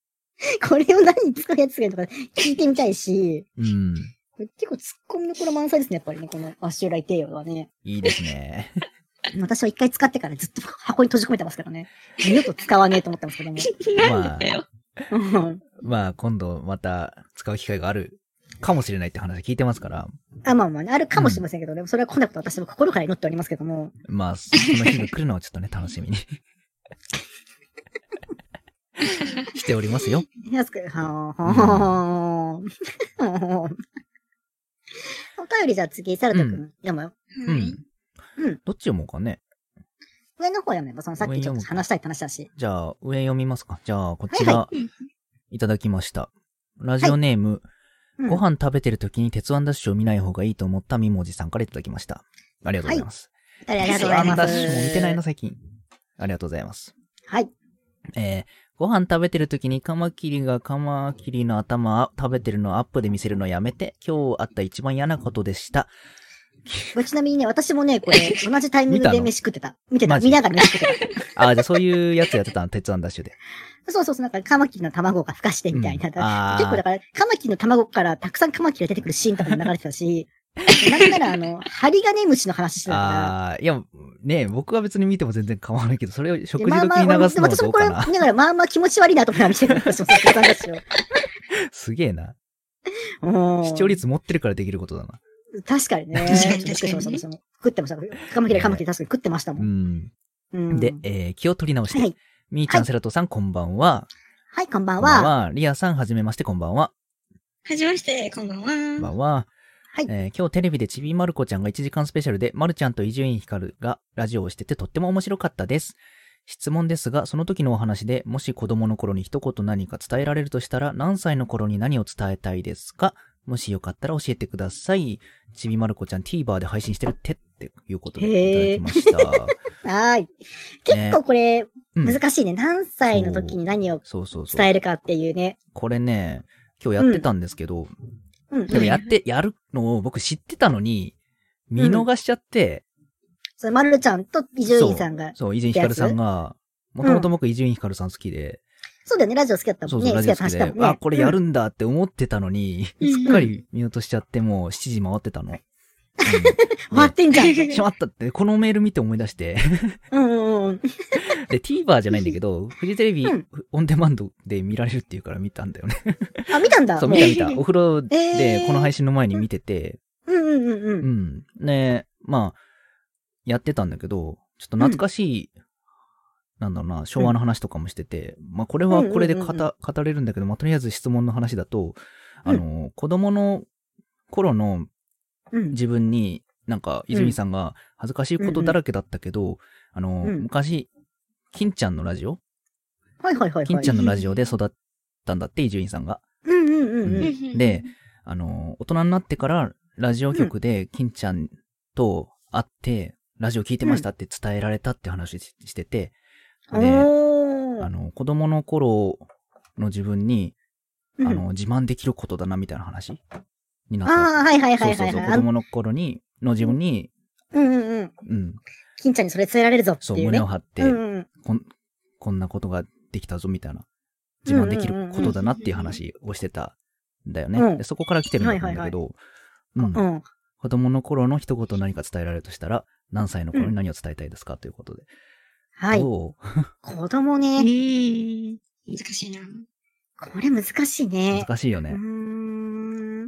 Speaker 2: *laughs* これを何に使うやつがいいのか聞いてみたいし、
Speaker 1: うん。
Speaker 2: これ結構突っ込みのこの満載ですね、やっぱりね、この足裏痛いよはね。
Speaker 1: いいですね。
Speaker 2: 私は一回使ってからずっと箱に閉じ込めてますからね。二度と使わねえと思ってますけども。 *laughs*
Speaker 3: なんだよ。
Speaker 2: うん
Speaker 1: まあ、今度また使う機会があるかもしれないって話聞いてますから、
Speaker 2: あ、まあまあね、あるかもしれませんけど、でもそれは来なこと私も心から祈っておりますけども。
Speaker 1: まあ、
Speaker 2: *laughs*
Speaker 1: その日が来るのはちょっとね、楽しみにしておりますよ。
Speaker 2: やすく、はーは *laughs* ーはーはーお便りじゃあ次、サルト君、
Speaker 1: う
Speaker 2: 読むよ。
Speaker 1: う
Speaker 3: はい
Speaker 1: ん。
Speaker 2: うん
Speaker 1: どっち読もうかね。
Speaker 2: 上の方読めば、そのさっきちょっと話したいって話だし。
Speaker 1: じゃあ、上読みますか。じゃあ、こちら
Speaker 2: は、
Speaker 3: いはい
Speaker 1: いただきました。ラジオネーム、
Speaker 2: うん
Speaker 1: ご飯食べてる時に鉄腕ダッシュを見ない方がいいと思ったみもじさんからいただきました。ありがとうございます。
Speaker 2: ありがとうござい
Speaker 1: 鉄腕
Speaker 2: ま
Speaker 1: ダ
Speaker 2: す。
Speaker 1: ッシュも見てないな、最近。ありがとうございます。
Speaker 2: はい。
Speaker 1: えーご飯食べてる時にカマキリがカマキリの頭食べてるのをアップで見せるのやめて、今日あった一番嫌なことでした。
Speaker 2: これちなみにね、私もね、
Speaker 1: *laughs*
Speaker 2: これ、同じタイミング
Speaker 1: 見た
Speaker 2: で
Speaker 1: の
Speaker 2: 飯食ってた。見てた。
Speaker 1: マジ
Speaker 2: 見ながら飯食って
Speaker 1: あーじゃあそういうやつやってたの、鉄腕ダッシ
Speaker 2: *laughs*
Speaker 1: ュで。
Speaker 2: た。そうそうそう、なんかカマキリの卵が孵化してみたいな。
Speaker 1: うんあー
Speaker 2: 結構だから、カマキリの卵からたくさんカマキリが出てくるシーンとかも流れてたし、なんならあの、ハリガネムシの話してたから。
Speaker 1: ああ、いや、ねえ僕は別に見ても全然構わないけど、それを食
Speaker 2: で
Speaker 1: 事時に流すのは
Speaker 2: 私
Speaker 1: ど
Speaker 2: も
Speaker 1: う
Speaker 2: これ、
Speaker 1: か
Speaker 2: だ
Speaker 1: な。
Speaker 2: からまあまあ気持ち悪いなと思って見
Speaker 1: *laughs*
Speaker 2: てる私もそうなんですよ。
Speaker 1: すげえな。
Speaker 2: うん
Speaker 1: 視聴率持ってるからできることだな。
Speaker 2: 確かにね。
Speaker 3: 確かに確かに
Speaker 2: そうそうそう食ってました。カマキリカマキリ確かに食ってましたも。
Speaker 1: うんん。
Speaker 2: うん
Speaker 1: で、えー気を取り直して。
Speaker 2: はい
Speaker 1: みーちゃ
Speaker 2: は
Speaker 1: ん、
Speaker 2: い
Speaker 1: セラトさん、こんばんは。
Speaker 2: はい、こんば
Speaker 1: こ
Speaker 2: ん
Speaker 1: んばん
Speaker 2: は。
Speaker 1: は。リアさん、はじめまして、こんばんは。
Speaker 3: はじめまして、こんばん
Speaker 1: こんば
Speaker 3: は。
Speaker 1: んは。
Speaker 2: はい
Speaker 1: えー今日テレビでちびまる子ちゃんが1時間スペシャルで、まるちゃんと伊集院光がラジオをしててとっても面白かったです。質問ですが、その時のお話で、もし子供の頃に一言何か伝えられるとしたら、何歳の頃に何を伝えたいですかもしよかったら教えてください。ちびまる子ちゃん TVer で配信してるって、っていうことでいただきました。
Speaker 2: *laughs* はーい。結構これ、
Speaker 1: うん
Speaker 2: 難しいね。何歳の時に何を
Speaker 1: そうそうそ
Speaker 2: 伝
Speaker 1: う。
Speaker 2: えるかっていうね。
Speaker 1: これね、今日やってたんですけど、
Speaker 2: うん。
Speaker 1: でもやって、やるのを僕知ってたのに、見逃しちゃって、
Speaker 2: それ、まるちゃんと伊集院さんが。
Speaker 1: そう、伊集院光さんが、もともと僕伊集院光さん好きで、
Speaker 2: そうだよね、ラジオ好きだった
Speaker 1: そ
Speaker 2: も
Speaker 1: うんそう、
Speaker 2: ね。
Speaker 1: ラジオ好き
Speaker 2: 好き
Speaker 1: で、
Speaker 2: だったもんね。
Speaker 1: あ、これや
Speaker 2: うん
Speaker 1: るんだって思ってたのに、
Speaker 3: うん
Speaker 1: すっかり見落としちゃって、もう7時回ってたの。うん
Speaker 2: *laughs* 終わってんじゃん。
Speaker 1: しまったって、このメール見て思い出して。
Speaker 2: うんうんうん。
Speaker 1: で、TVer じゃないんだけど、フジテレビ
Speaker 2: うん
Speaker 1: オンデマンドで見られるっていうから見たんだよね。
Speaker 2: あ、見たんだ。
Speaker 1: そう、
Speaker 2: も
Speaker 1: 見た見た。お風呂
Speaker 2: え
Speaker 1: で
Speaker 2: ー
Speaker 1: この配信の前に見てて、
Speaker 2: うんうんうんうん
Speaker 1: う。ん。ねまあ、やってたんだけど、ちょっと懐かしい、なんだろうな、昭和の話とかもしてて、まあこれはこれで語、
Speaker 2: うんうんうん
Speaker 1: 語れるんだけど、まあとりあえず質問の話だと、あの、子供の頃の
Speaker 2: うん。
Speaker 1: 自分に、なんか、
Speaker 2: ん
Speaker 1: 泉さんが恥ずかしいことだらけだったけど、あの、
Speaker 2: うん
Speaker 1: 昔、金ちゃんのラジオ
Speaker 2: はいはいはい
Speaker 1: 金
Speaker 2: は
Speaker 1: ちゃ
Speaker 2: い
Speaker 1: ん。のラジオで育ったんだって、伊集院さんが。
Speaker 2: うんうんうんうん。
Speaker 3: うん
Speaker 1: で、あの、大人になってから、ラジオ局で、金ちゃんと会って、ラジオ聞いてましたって伝えられたって話ししてて、で、
Speaker 2: おー
Speaker 1: あ。の、子供の頃の自分に、あ
Speaker 2: うん
Speaker 1: の、自慢できることだな、みたいな話になったわけ。
Speaker 2: ああ、はいはいは
Speaker 1: そう
Speaker 2: い
Speaker 1: そ
Speaker 2: は
Speaker 1: う
Speaker 2: い
Speaker 1: そう、
Speaker 2: はい。
Speaker 1: 子
Speaker 2: あの
Speaker 1: 供の頃に、の自分に、
Speaker 2: うんうんう
Speaker 1: う
Speaker 2: ん。
Speaker 1: ん、
Speaker 2: 金ちゃんにそれ伝えられるぞって
Speaker 1: そう、
Speaker 2: いう
Speaker 1: 胸
Speaker 2: ね
Speaker 1: を。張って
Speaker 2: う、んうん。
Speaker 1: こん、こんなことができたぞ、みたいな。自慢できることだなっていう話をしてたんだよ
Speaker 2: うんうんう
Speaker 1: ね。
Speaker 2: ん
Speaker 1: でそこから来てるんだと思うんだけど、うん
Speaker 2: うん。
Speaker 1: 子供の頃の一言何か伝えられるとしたら、何歳の頃に何を伝えたいですか、ということで。
Speaker 2: はい。
Speaker 1: どう
Speaker 2: 子供
Speaker 3: う
Speaker 2: ね。
Speaker 3: ん。難し
Speaker 1: *laughs*
Speaker 3: いな。
Speaker 2: これ難しいね。
Speaker 1: 難しいよね。
Speaker 2: うーん。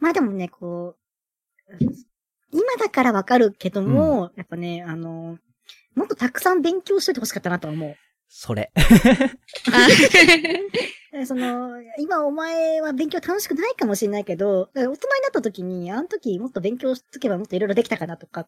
Speaker 2: まあでもね、こう、今だからわかるけども、やっぱね、あの、もっとたくさん勉強しといてほしかったなとは思う。
Speaker 1: それ。
Speaker 3: あ
Speaker 2: えその、今お前は勉強楽しくないかもしれないけど、え大人になった時に、あの時もっと勉強しとけばもっといろいろできたかなとか、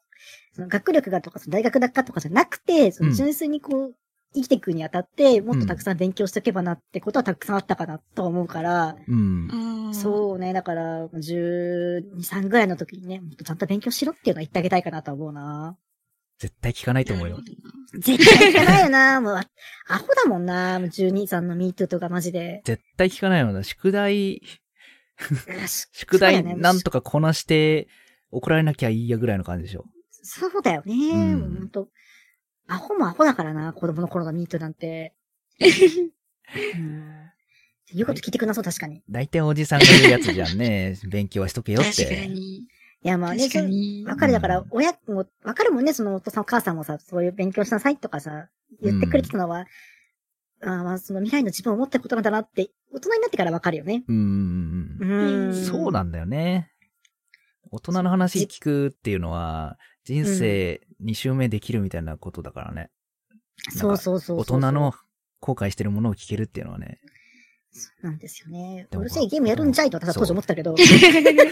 Speaker 2: その学力がとか、その大学だかとかじゃなくて、そ
Speaker 1: うん
Speaker 2: の純粋にこう、生きていくにあたって、もっとたくさん勉強しとけばなってことはたくさんあったかなと思うから、
Speaker 1: うん。
Speaker 3: う。
Speaker 2: そうね、だから、12、3ぐらいの時にね、もっとちゃんと勉強しろっていうのは言ってあげたいかなとは思うな。
Speaker 1: 絶対聞かないと思う
Speaker 3: な
Speaker 1: よ
Speaker 3: る。ほどな
Speaker 2: 絶対聞かない
Speaker 1: *laughs*
Speaker 2: よな、もう、あアホだもんな、もう12、3の MeToo とかマジで。
Speaker 1: 絶対聞かないよな。宿題、
Speaker 2: うんし
Speaker 1: *laughs* 宿
Speaker 2: そう
Speaker 1: 題
Speaker 2: だよね
Speaker 1: なんとかこなして、怒られなきゃいいやぐらいの感じでしょ。
Speaker 2: そうだよね。
Speaker 1: ん
Speaker 2: もうほんと。アホもアホだからな、子供の頃のミートなん
Speaker 1: *laughs*
Speaker 2: て。うん言うこと聞いてくんなそう、確かに。い
Speaker 1: 大体おじさんが言うやつじゃん
Speaker 2: *laughs*
Speaker 1: ね。勉強はしとけよっ
Speaker 3: 確か
Speaker 1: て。
Speaker 3: に。
Speaker 2: や、まあね、
Speaker 3: 確か
Speaker 2: そう
Speaker 3: に。
Speaker 2: わかる。だか
Speaker 1: う
Speaker 2: ら
Speaker 1: ん、
Speaker 2: 親も、わかるもんね、そのお父さんお母さんもさ、そういう勉強しなさいとかさ、言ってくれてたのは、ああまあ、その未来の自分を持ったことなんだなって大人になってからわかるよね。
Speaker 1: うんうん
Speaker 2: う
Speaker 1: うん。
Speaker 2: ーん。
Speaker 1: そうなんだよね。大人の話聞くっていうのは、人生2周目できるみたいなことだからね。
Speaker 2: そうそうそう
Speaker 1: 大
Speaker 2: そう。
Speaker 1: 人の後悔してるものを聞けるっていうのはね。
Speaker 2: そうなんですよね。
Speaker 1: で
Speaker 2: う
Speaker 1: も
Speaker 2: るせえゲームやるんじゃいと私は当時思ってたけど。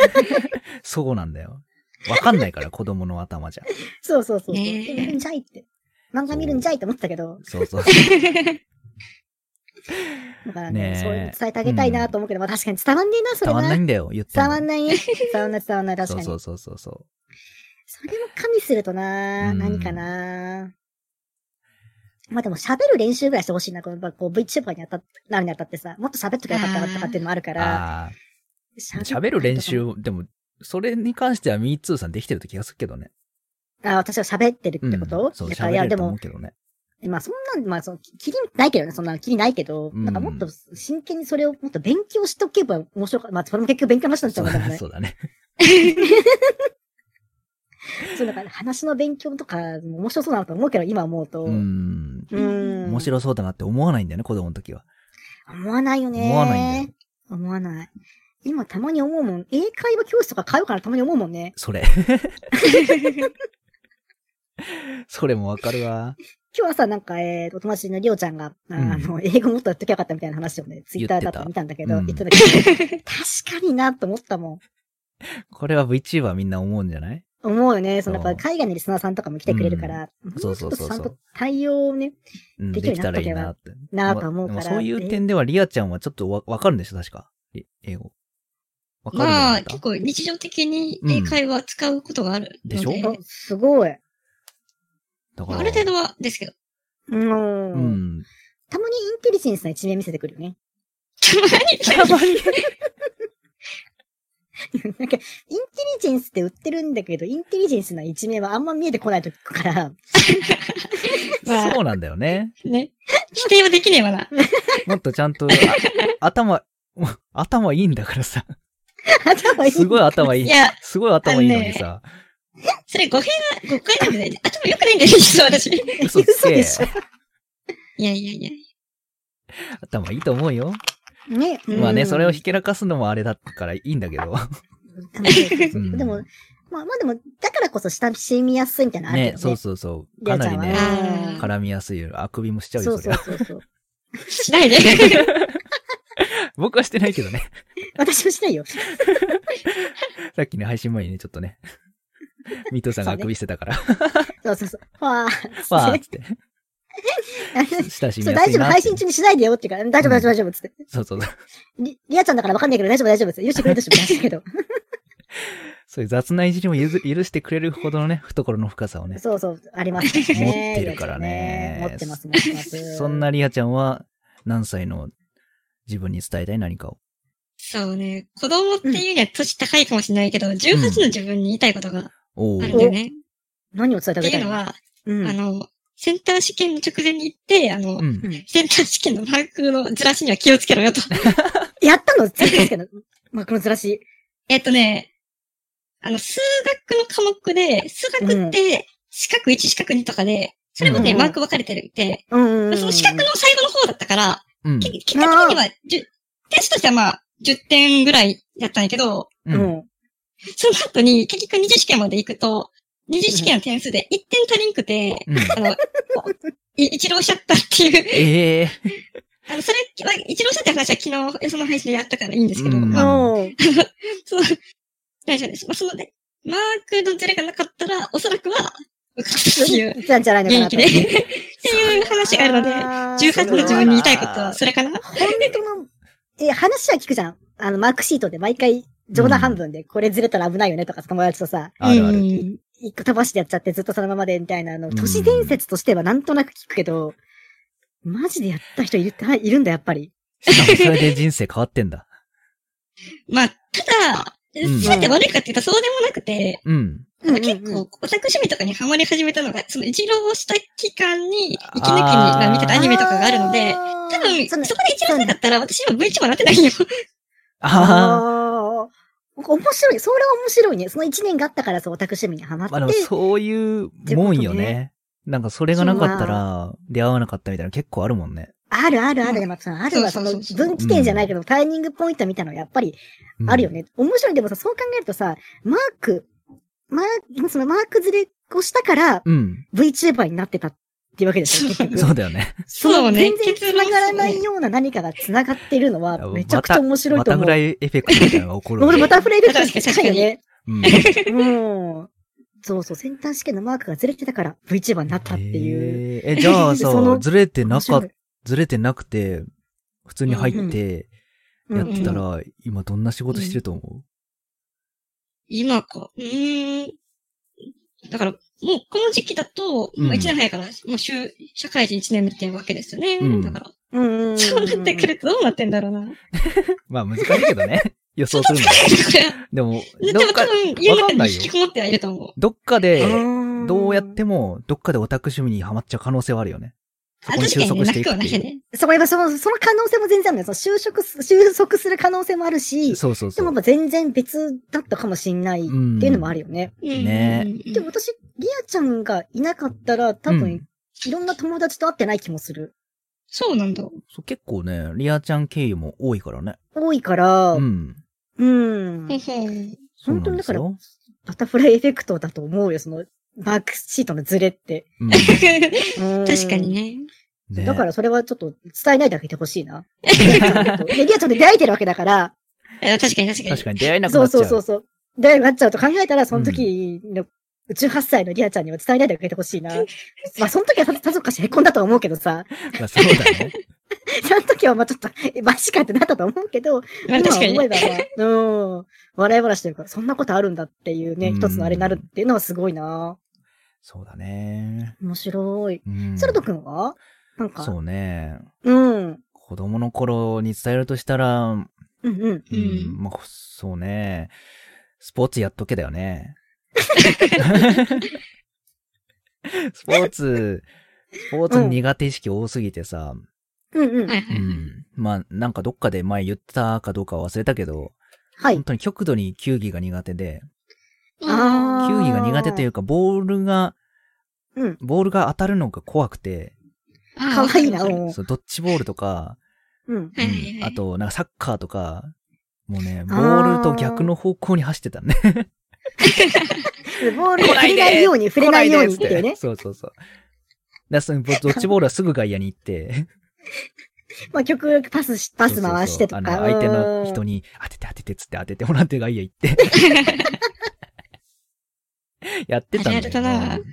Speaker 2: *laughs*
Speaker 1: そうなんだよ。わかんないから、子供の頭じゃ。
Speaker 2: そうそうそう。
Speaker 3: ねえ
Speaker 2: ゲームやるんじゃいって。漫画見るんじゃいと思ってたけど、
Speaker 1: そう
Speaker 2: *laughs*
Speaker 1: そう。
Speaker 2: だからね、
Speaker 1: ねえ
Speaker 2: そういうの伝えてあげたいなと思うけど、まあ確かに伝わんねえな、それ
Speaker 1: 伝わんない
Speaker 2: な。
Speaker 1: んだよ、言っても
Speaker 2: 伝わんないね。伝わんない、伝わんない、確
Speaker 1: そう
Speaker 2: かに。
Speaker 1: そ
Speaker 2: そう
Speaker 1: そうそうそう。
Speaker 2: れも加味するとな、
Speaker 1: うん
Speaker 2: 何かな。まあでも喋る練習ぐらいしてほしいな、この、こう VTuber にあたっなるにあたってさ、もっと喋っときゃよかったなとかっていうのもあるから、
Speaker 1: ああー、
Speaker 2: 喋
Speaker 1: 喋る練習、でも、それに関しては MeToo さんできてるって気がするけどね。
Speaker 2: あ、私は喋ってる
Speaker 1: う
Speaker 2: っ
Speaker 1: ん
Speaker 2: てこと、
Speaker 1: そう、
Speaker 2: だからい
Speaker 1: 喋
Speaker 2: や、
Speaker 1: れる
Speaker 2: で
Speaker 1: と思
Speaker 2: も
Speaker 1: う、けどね。
Speaker 2: まあそんなん、まあその、きりないけどね、そんな、きりないけど、
Speaker 1: うん
Speaker 2: なんかもっと真剣にそれをもっと勉強しとけば面白かった。まあそれも結局勉強の話になっち
Speaker 1: そ
Speaker 2: ゃ
Speaker 1: うう *laughs*
Speaker 2: からね。
Speaker 1: そうだね。
Speaker 2: そう、だから話の勉強とかも面白そうだなと思うけど、今思うと。
Speaker 1: う
Speaker 2: うん。
Speaker 1: ん。
Speaker 2: ん、
Speaker 1: 面白そうだなって思わないんだよね、子供の時は。
Speaker 2: 思わないよね。
Speaker 1: 思わないんだよ。
Speaker 2: 思わない。今たまに思うもん。英会話教室とか通うからたまに思うもんね。
Speaker 1: そ
Speaker 2: *laughs*
Speaker 1: れ。それもわかるわ。
Speaker 2: 今日朝なんか、えー、お友達のりょうちゃんが、あ
Speaker 1: うん
Speaker 2: あの、英語もっとやっときゃよかったみたいな話をね、ツイッターだった
Speaker 1: 言って
Speaker 2: ら
Speaker 1: た
Speaker 2: 見たんだけど、
Speaker 1: うん
Speaker 2: 言ってたけど、確かになと思ったもん。
Speaker 1: これは VTuber みんな思うんじゃない
Speaker 2: 思うよね。そのや
Speaker 1: そ
Speaker 2: っ
Speaker 1: う
Speaker 2: ぱ海外のリスナーさんとかも来てくれるから、もうちょっ
Speaker 1: そう
Speaker 2: と
Speaker 1: そうそ
Speaker 2: ちゃ
Speaker 1: うんそう
Speaker 2: と対応をね、
Speaker 1: うん、
Speaker 2: で
Speaker 1: でき
Speaker 2: きるようにな
Speaker 1: た
Speaker 2: っ
Speaker 1: ら
Speaker 2: と
Speaker 1: いい
Speaker 2: けば
Speaker 1: なって。
Speaker 2: なぁと思うから
Speaker 1: でもそういう点では、リアちゃんはちょっとわわかるんでしょ、確か。え英語。 *laughs* わかるんじゃ
Speaker 3: ま
Speaker 1: な
Speaker 3: あ、
Speaker 1: いか
Speaker 3: 結構日常的に英会話使うことがあるので。
Speaker 1: でしょ
Speaker 2: おすごい。
Speaker 1: だから
Speaker 3: まあある程度はですけど。
Speaker 2: うん。
Speaker 1: うん。
Speaker 2: たまにインテリジェンスな一面見せてくるよね。
Speaker 3: たまに。
Speaker 2: なんか、インテリジェンスって売ってるんだけど、インテリジェンスな一面はあんま見えてこないときから、
Speaker 3: まあ
Speaker 1: そうなんだよね。
Speaker 3: ね。否定はできねえわな。
Speaker 1: もっとちゃんと、あ頭、もう頭いいんだからさ。
Speaker 2: 頭い
Speaker 1: *laughs*
Speaker 2: い。
Speaker 1: すごい頭い
Speaker 3: い
Speaker 1: い。
Speaker 3: や、
Speaker 1: すごい頭いいのにさ。
Speaker 3: それ語弊が、誤解なんでね。頭良くないんだよ、実は私。い
Speaker 1: 嘘つけ
Speaker 2: で。しょ。
Speaker 3: やいやいや。
Speaker 1: 頭いいと思うよ。
Speaker 2: ね。
Speaker 1: まあね、
Speaker 2: うん
Speaker 1: それをひけらかすのもあれだからいいんだけど。
Speaker 2: でも、まあまあでも、だからこそ親しみやすいみたいなのある
Speaker 1: ね
Speaker 2: けど、ね。
Speaker 1: そうそうそう。
Speaker 2: りょ
Speaker 1: か
Speaker 2: うち
Speaker 1: な
Speaker 2: ゃん
Speaker 1: り
Speaker 2: は
Speaker 1: ね、
Speaker 3: うん
Speaker 1: 絡みやすいよ。あくびもしちゃう
Speaker 2: そ
Speaker 1: よ、そ
Speaker 2: うそ
Speaker 1: り
Speaker 2: う
Speaker 1: ゃ。
Speaker 2: そうそう。
Speaker 3: しないで。
Speaker 1: 僕はしてないけどね。
Speaker 2: 私もしないよ。
Speaker 1: さっきね、配信前にね、ちょっと
Speaker 2: *laughs*
Speaker 1: ね。ミトさんがあくびしてたから。
Speaker 2: そうそうそう。わあ。
Speaker 1: わーっつって。親しみ
Speaker 2: *laughs* そう
Speaker 1: やす
Speaker 2: 大
Speaker 1: い
Speaker 2: 丈夫、
Speaker 1: なっ
Speaker 2: 配
Speaker 1: て。
Speaker 2: 信中にしないでよって言うから、大丈夫、大丈夫、大丈夫、つって。
Speaker 1: そうそうそう。
Speaker 2: り、りあちゃんだからわかんないけど、大丈夫、大丈夫、つって。許してくれるし、だけど。
Speaker 1: そういう雑ないじりもゆず許してくれるほどのね、懐の深さをね。
Speaker 2: そうそう、ありますからね。
Speaker 1: 持ってるからね
Speaker 2: りあちゃん持ってます、持ってます。
Speaker 1: そんなリアちゃんは、何歳の自分に伝えたい何かを。
Speaker 3: そうね。子供っていうには年高いかもしれないけど、18の自分に言いたいことが
Speaker 1: お
Speaker 3: あるん
Speaker 1: ー
Speaker 3: だよね。
Speaker 2: 何を伝えてあ
Speaker 3: って
Speaker 2: げた
Speaker 3: いう
Speaker 2: い
Speaker 3: の
Speaker 2: の
Speaker 3: は、
Speaker 2: うん
Speaker 3: あの、センター試験の直前に行って、あの、
Speaker 1: うん。
Speaker 2: うん
Speaker 3: センター試験のマークのずらしには気をつけろよと。
Speaker 2: やったの全然ですけど、まあ、このずらし。
Speaker 3: えっとね、あの、数学の科目で、数学って、四角1、四角2とかで、それもね、
Speaker 2: うん
Speaker 3: マーク分かれてるって、
Speaker 2: うんうんうん。
Speaker 3: その四角の最後の方だったから、
Speaker 1: うん。
Speaker 3: け結果的には、じゅ点数としてはまあ、10点ぐらいやったんやけど、
Speaker 1: うん。
Speaker 2: うん。
Speaker 3: その後に、結局二次試験まで行くと、二次試験の点数で1点足りんくて、
Speaker 1: うん
Speaker 3: あの、こうい一浪しちゃったっていう、
Speaker 1: ええ
Speaker 3: あの、それは、一浪したって話は昨日、その配信でやったからいいんですけど、
Speaker 1: うん
Speaker 3: まあ、
Speaker 2: うん
Speaker 3: そう、大丈夫です。まあ、そのね、マークのズレがなかったら、おそらくは、受かったっていう、
Speaker 2: なんじゃないのか
Speaker 3: 元
Speaker 2: な
Speaker 3: 気
Speaker 2: と。
Speaker 3: で、っていう話があるので、18の自分に言いたいことは、それかな
Speaker 2: 本当の、え、話は聞くじゃん。あの、マークシートで毎回、冗談半分で、これずれたら危ないよねとか、友達とさ、
Speaker 1: あるあ
Speaker 3: う
Speaker 1: る。
Speaker 3: ん
Speaker 2: 一個飛ばしてやっちゃってずっとそのままでみたいな、あの、
Speaker 1: うん
Speaker 2: 都市伝説としてはなんとなく聞くけど、マジでやった人いるって、はいいるんだ、やっぱり。
Speaker 1: しかもそれで人生変わってんだ。
Speaker 3: まあ、ただ、
Speaker 1: うん
Speaker 3: すべて悪いかって言ったらそうでもなくて、
Speaker 1: うん。
Speaker 3: な
Speaker 2: うんう
Speaker 3: んか
Speaker 2: んうん
Speaker 3: 結構、オタク趣味とかにハマり始めたのが、その一浪した期間に、息抜きに
Speaker 1: あー
Speaker 3: が見てたアニメとかがあるので、
Speaker 2: 多
Speaker 3: 多分、そこで一浪しなかったら、私今 VTuber なってないよ。
Speaker 1: ああ。
Speaker 2: ああ。面白い。それは面白いね。その一年があったからそう、オタク趣味にハマって。
Speaker 1: まあでもそういうもんよ
Speaker 2: ってこと
Speaker 1: ね。なんかそれがなかったら出会わなかったみたいな結構あるもんね。
Speaker 2: あるあるある。でもそのあるはそ
Speaker 3: そう
Speaker 2: の
Speaker 3: そうそうそう
Speaker 2: 分岐点じゃないけど、タイミングポイントみたいなのやっぱりあるよ。ね。面白い。でもさ、そう考えるとさ、マーク、マーク、そのマークずれをしたから
Speaker 1: うん。
Speaker 2: VTuber になってたっていうわけですよ、結
Speaker 1: うん
Speaker 2: 局。
Speaker 1: そうだよね。
Speaker 2: その
Speaker 3: そうね
Speaker 2: 全然繋がらないような何かが繋がってるのは、めちゃくちゃ面白い
Speaker 1: バ
Speaker 2: と
Speaker 1: タ
Speaker 2: 思
Speaker 1: フ
Speaker 2: う。
Speaker 1: ライエフェクトみたいなのが起こるよ
Speaker 2: 俺 *laughs*
Speaker 1: ね。
Speaker 2: バタフライループ近いよね。
Speaker 1: うん。
Speaker 2: もう、そうそう、センター試験のマークがずれてたから VTuber になったっていう。
Speaker 1: えーえ、じゃあ
Speaker 2: *laughs* そ
Speaker 1: さ、
Speaker 2: の
Speaker 1: ずれてなか
Speaker 2: 面白
Speaker 1: っ
Speaker 2: い、
Speaker 1: ずれてなくて、普通に入って
Speaker 2: うん
Speaker 1: やってたら、今どんな仕事してると思
Speaker 3: 今か。うーん。だから、もうこの時期だと、
Speaker 1: うん
Speaker 3: もう1年早いから、もう就、社会人1年目っていうわけですよね。
Speaker 1: うん
Speaker 3: だから、
Speaker 2: うんうんうん。
Speaker 3: そうなってくるとどうなってんだろう
Speaker 1: *laughs*
Speaker 3: な。
Speaker 1: うまあ難しいけど
Speaker 2: *laughs*
Speaker 1: ね。予想するのは。でも、
Speaker 3: で
Speaker 1: ど
Speaker 3: も
Speaker 1: っか
Speaker 3: 多、分、家の
Speaker 1: わか
Speaker 3: 中
Speaker 1: んない
Speaker 3: に
Speaker 1: よ
Speaker 3: 引きこもってはいると思う。
Speaker 1: どっか
Speaker 2: う
Speaker 1: で、
Speaker 2: ん。
Speaker 1: どうやっても、どっかでオタク趣味にはまっちゃう可能性はあるよね。そ
Speaker 3: あ、
Speaker 1: こに
Speaker 3: 確か
Speaker 1: 収
Speaker 3: にね、
Speaker 1: 束して
Speaker 3: ないく
Speaker 1: く
Speaker 3: は
Speaker 1: って。
Speaker 3: ないいうね。
Speaker 2: そういえば、その、その可能性も全然あるんだよ。その就職す、収束する可能性もあるし、
Speaker 1: そうそう
Speaker 2: で
Speaker 1: そ
Speaker 2: もや
Speaker 1: う
Speaker 2: っ。ぱ全然別だったかもしんないって
Speaker 1: ん
Speaker 2: いうのもあるよね。
Speaker 3: うん
Speaker 1: ね
Speaker 3: うん
Speaker 2: でも私、リアちゃんがいなかったら、多
Speaker 1: う
Speaker 2: 分
Speaker 1: ん、
Speaker 2: いろんな友達と会ってない気もする。
Speaker 3: そうなんだ。
Speaker 1: そう結構ね、リアちゃん経由も多いからね。
Speaker 2: 多いから、
Speaker 1: う
Speaker 2: うん。
Speaker 1: ん。
Speaker 3: ほうほう
Speaker 1: そう
Speaker 2: 本
Speaker 1: な
Speaker 2: 当
Speaker 1: ん
Speaker 2: に
Speaker 1: で
Speaker 2: だ
Speaker 1: す
Speaker 2: から
Speaker 1: よ。、
Speaker 2: バタフライエフェクトだと思うよ、その、マークシートのズレって。 *laughs*
Speaker 1: うん
Speaker 2: うん
Speaker 3: *laughs* 確かにね。
Speaker 1: ね *laughs*
Speaker 2: だからそれはちょっと伝えないであげてほしいな。で、リアちゃんと出会えてるわけだから、
Speaker 3: あ確かに確かに。
Speaker 1: 確かに出会えなく
Speaker 2: そ
Speaker 1: な
Speaker 2: う
Speaker 1: っちゃ。
Speaker 2: そううそうそう。出会いになっちゃうと考えたら、その時の、18歳のリアちゃんには伝えないであげてほし
Speaker 1: *laughs*
Speaker 2: いな。まあ、その時はささぞかし凹んだとは思うけどさ、
Speaker 1: まあそうだね。 *laughs*
Speaker 2: その時はまあちょっと、えマジかってなったと思うけど、
Speaker 3: まあ
Speaker 2: 今
Speaker 3: 確かに
Speaker 2: 思え。ばまあ、うん、笑い話というか、そんなことあるんだっていうね、
Speaker 1: うん
Speaker 2: 一つのあれになるっていうのはすごいな。
Speaker 1: そうだね。
Speaker 2: 面白い。
Speaker 1: うん。
Speaker 2: ソルト君はなんか、
Speaker 1: そうね。
Speaker 2: うん、
Speaker 1: 子供の頃に伝えるとしたら、うん、
Speaker 2: うんうん。
Speaker 3: うん
Speaker 1: まあ、そうね。スポーツやっとけだよ
Speaker 2: *laughs*
Speaker 1: ね。スポーツ、スポーツ苦手意識多すぎてさ、
Speaker 2: うんうん。
Speaker 3: はい
Speaker 1: う
Speaker 3: はい。
Speaker 1: ん。まあ、なんかどっかで前言ったかどうかは忘れたけど、
Speaker 2: はい
Speaker 1: 本。当に極度に球技が苦手で、
Speaker 2: あー
Speaker 1: 球技が苦手というか、ボールが、
Speaker 2: うん。
Speaker 1: ボールが当たるのが怖くて、
Speaker 3: あー
Speaker 2: かわいいな、
Speaker 3: わかる
Speaker 2: も
Speaker 1: そうドッジボールとか、
Speaker 2: う。うん。
Speaker 3: はいはい
Speaker 1: うん
Speaker 3: はい
Speaker 1: あと、なんかサッカーとか、もうね、ボールと逆の方向に走ってたね。。
Speaker 2: ボールに触れないように、触れないようにっていう
Speaker 1: *laughs*
Speaker 2: ね
Speaker 1: そうそうそう。だからそのドッジボールはすぐ外野に行って、
Speaker 2: まあ、極力パスし、パス回してと
Speaker 1: そ
Speaker 2: か。
Speaker 1: うそうそうあの相手の
Speaker 2: う
Speaker 1: 人
Speaker 2: ん
Speaker 1: に当てて当ててっつって当ててもらって外野行って。 *laughs* やってたんだよ、
Speaker 3: あれやってたな
Speaker 1: うん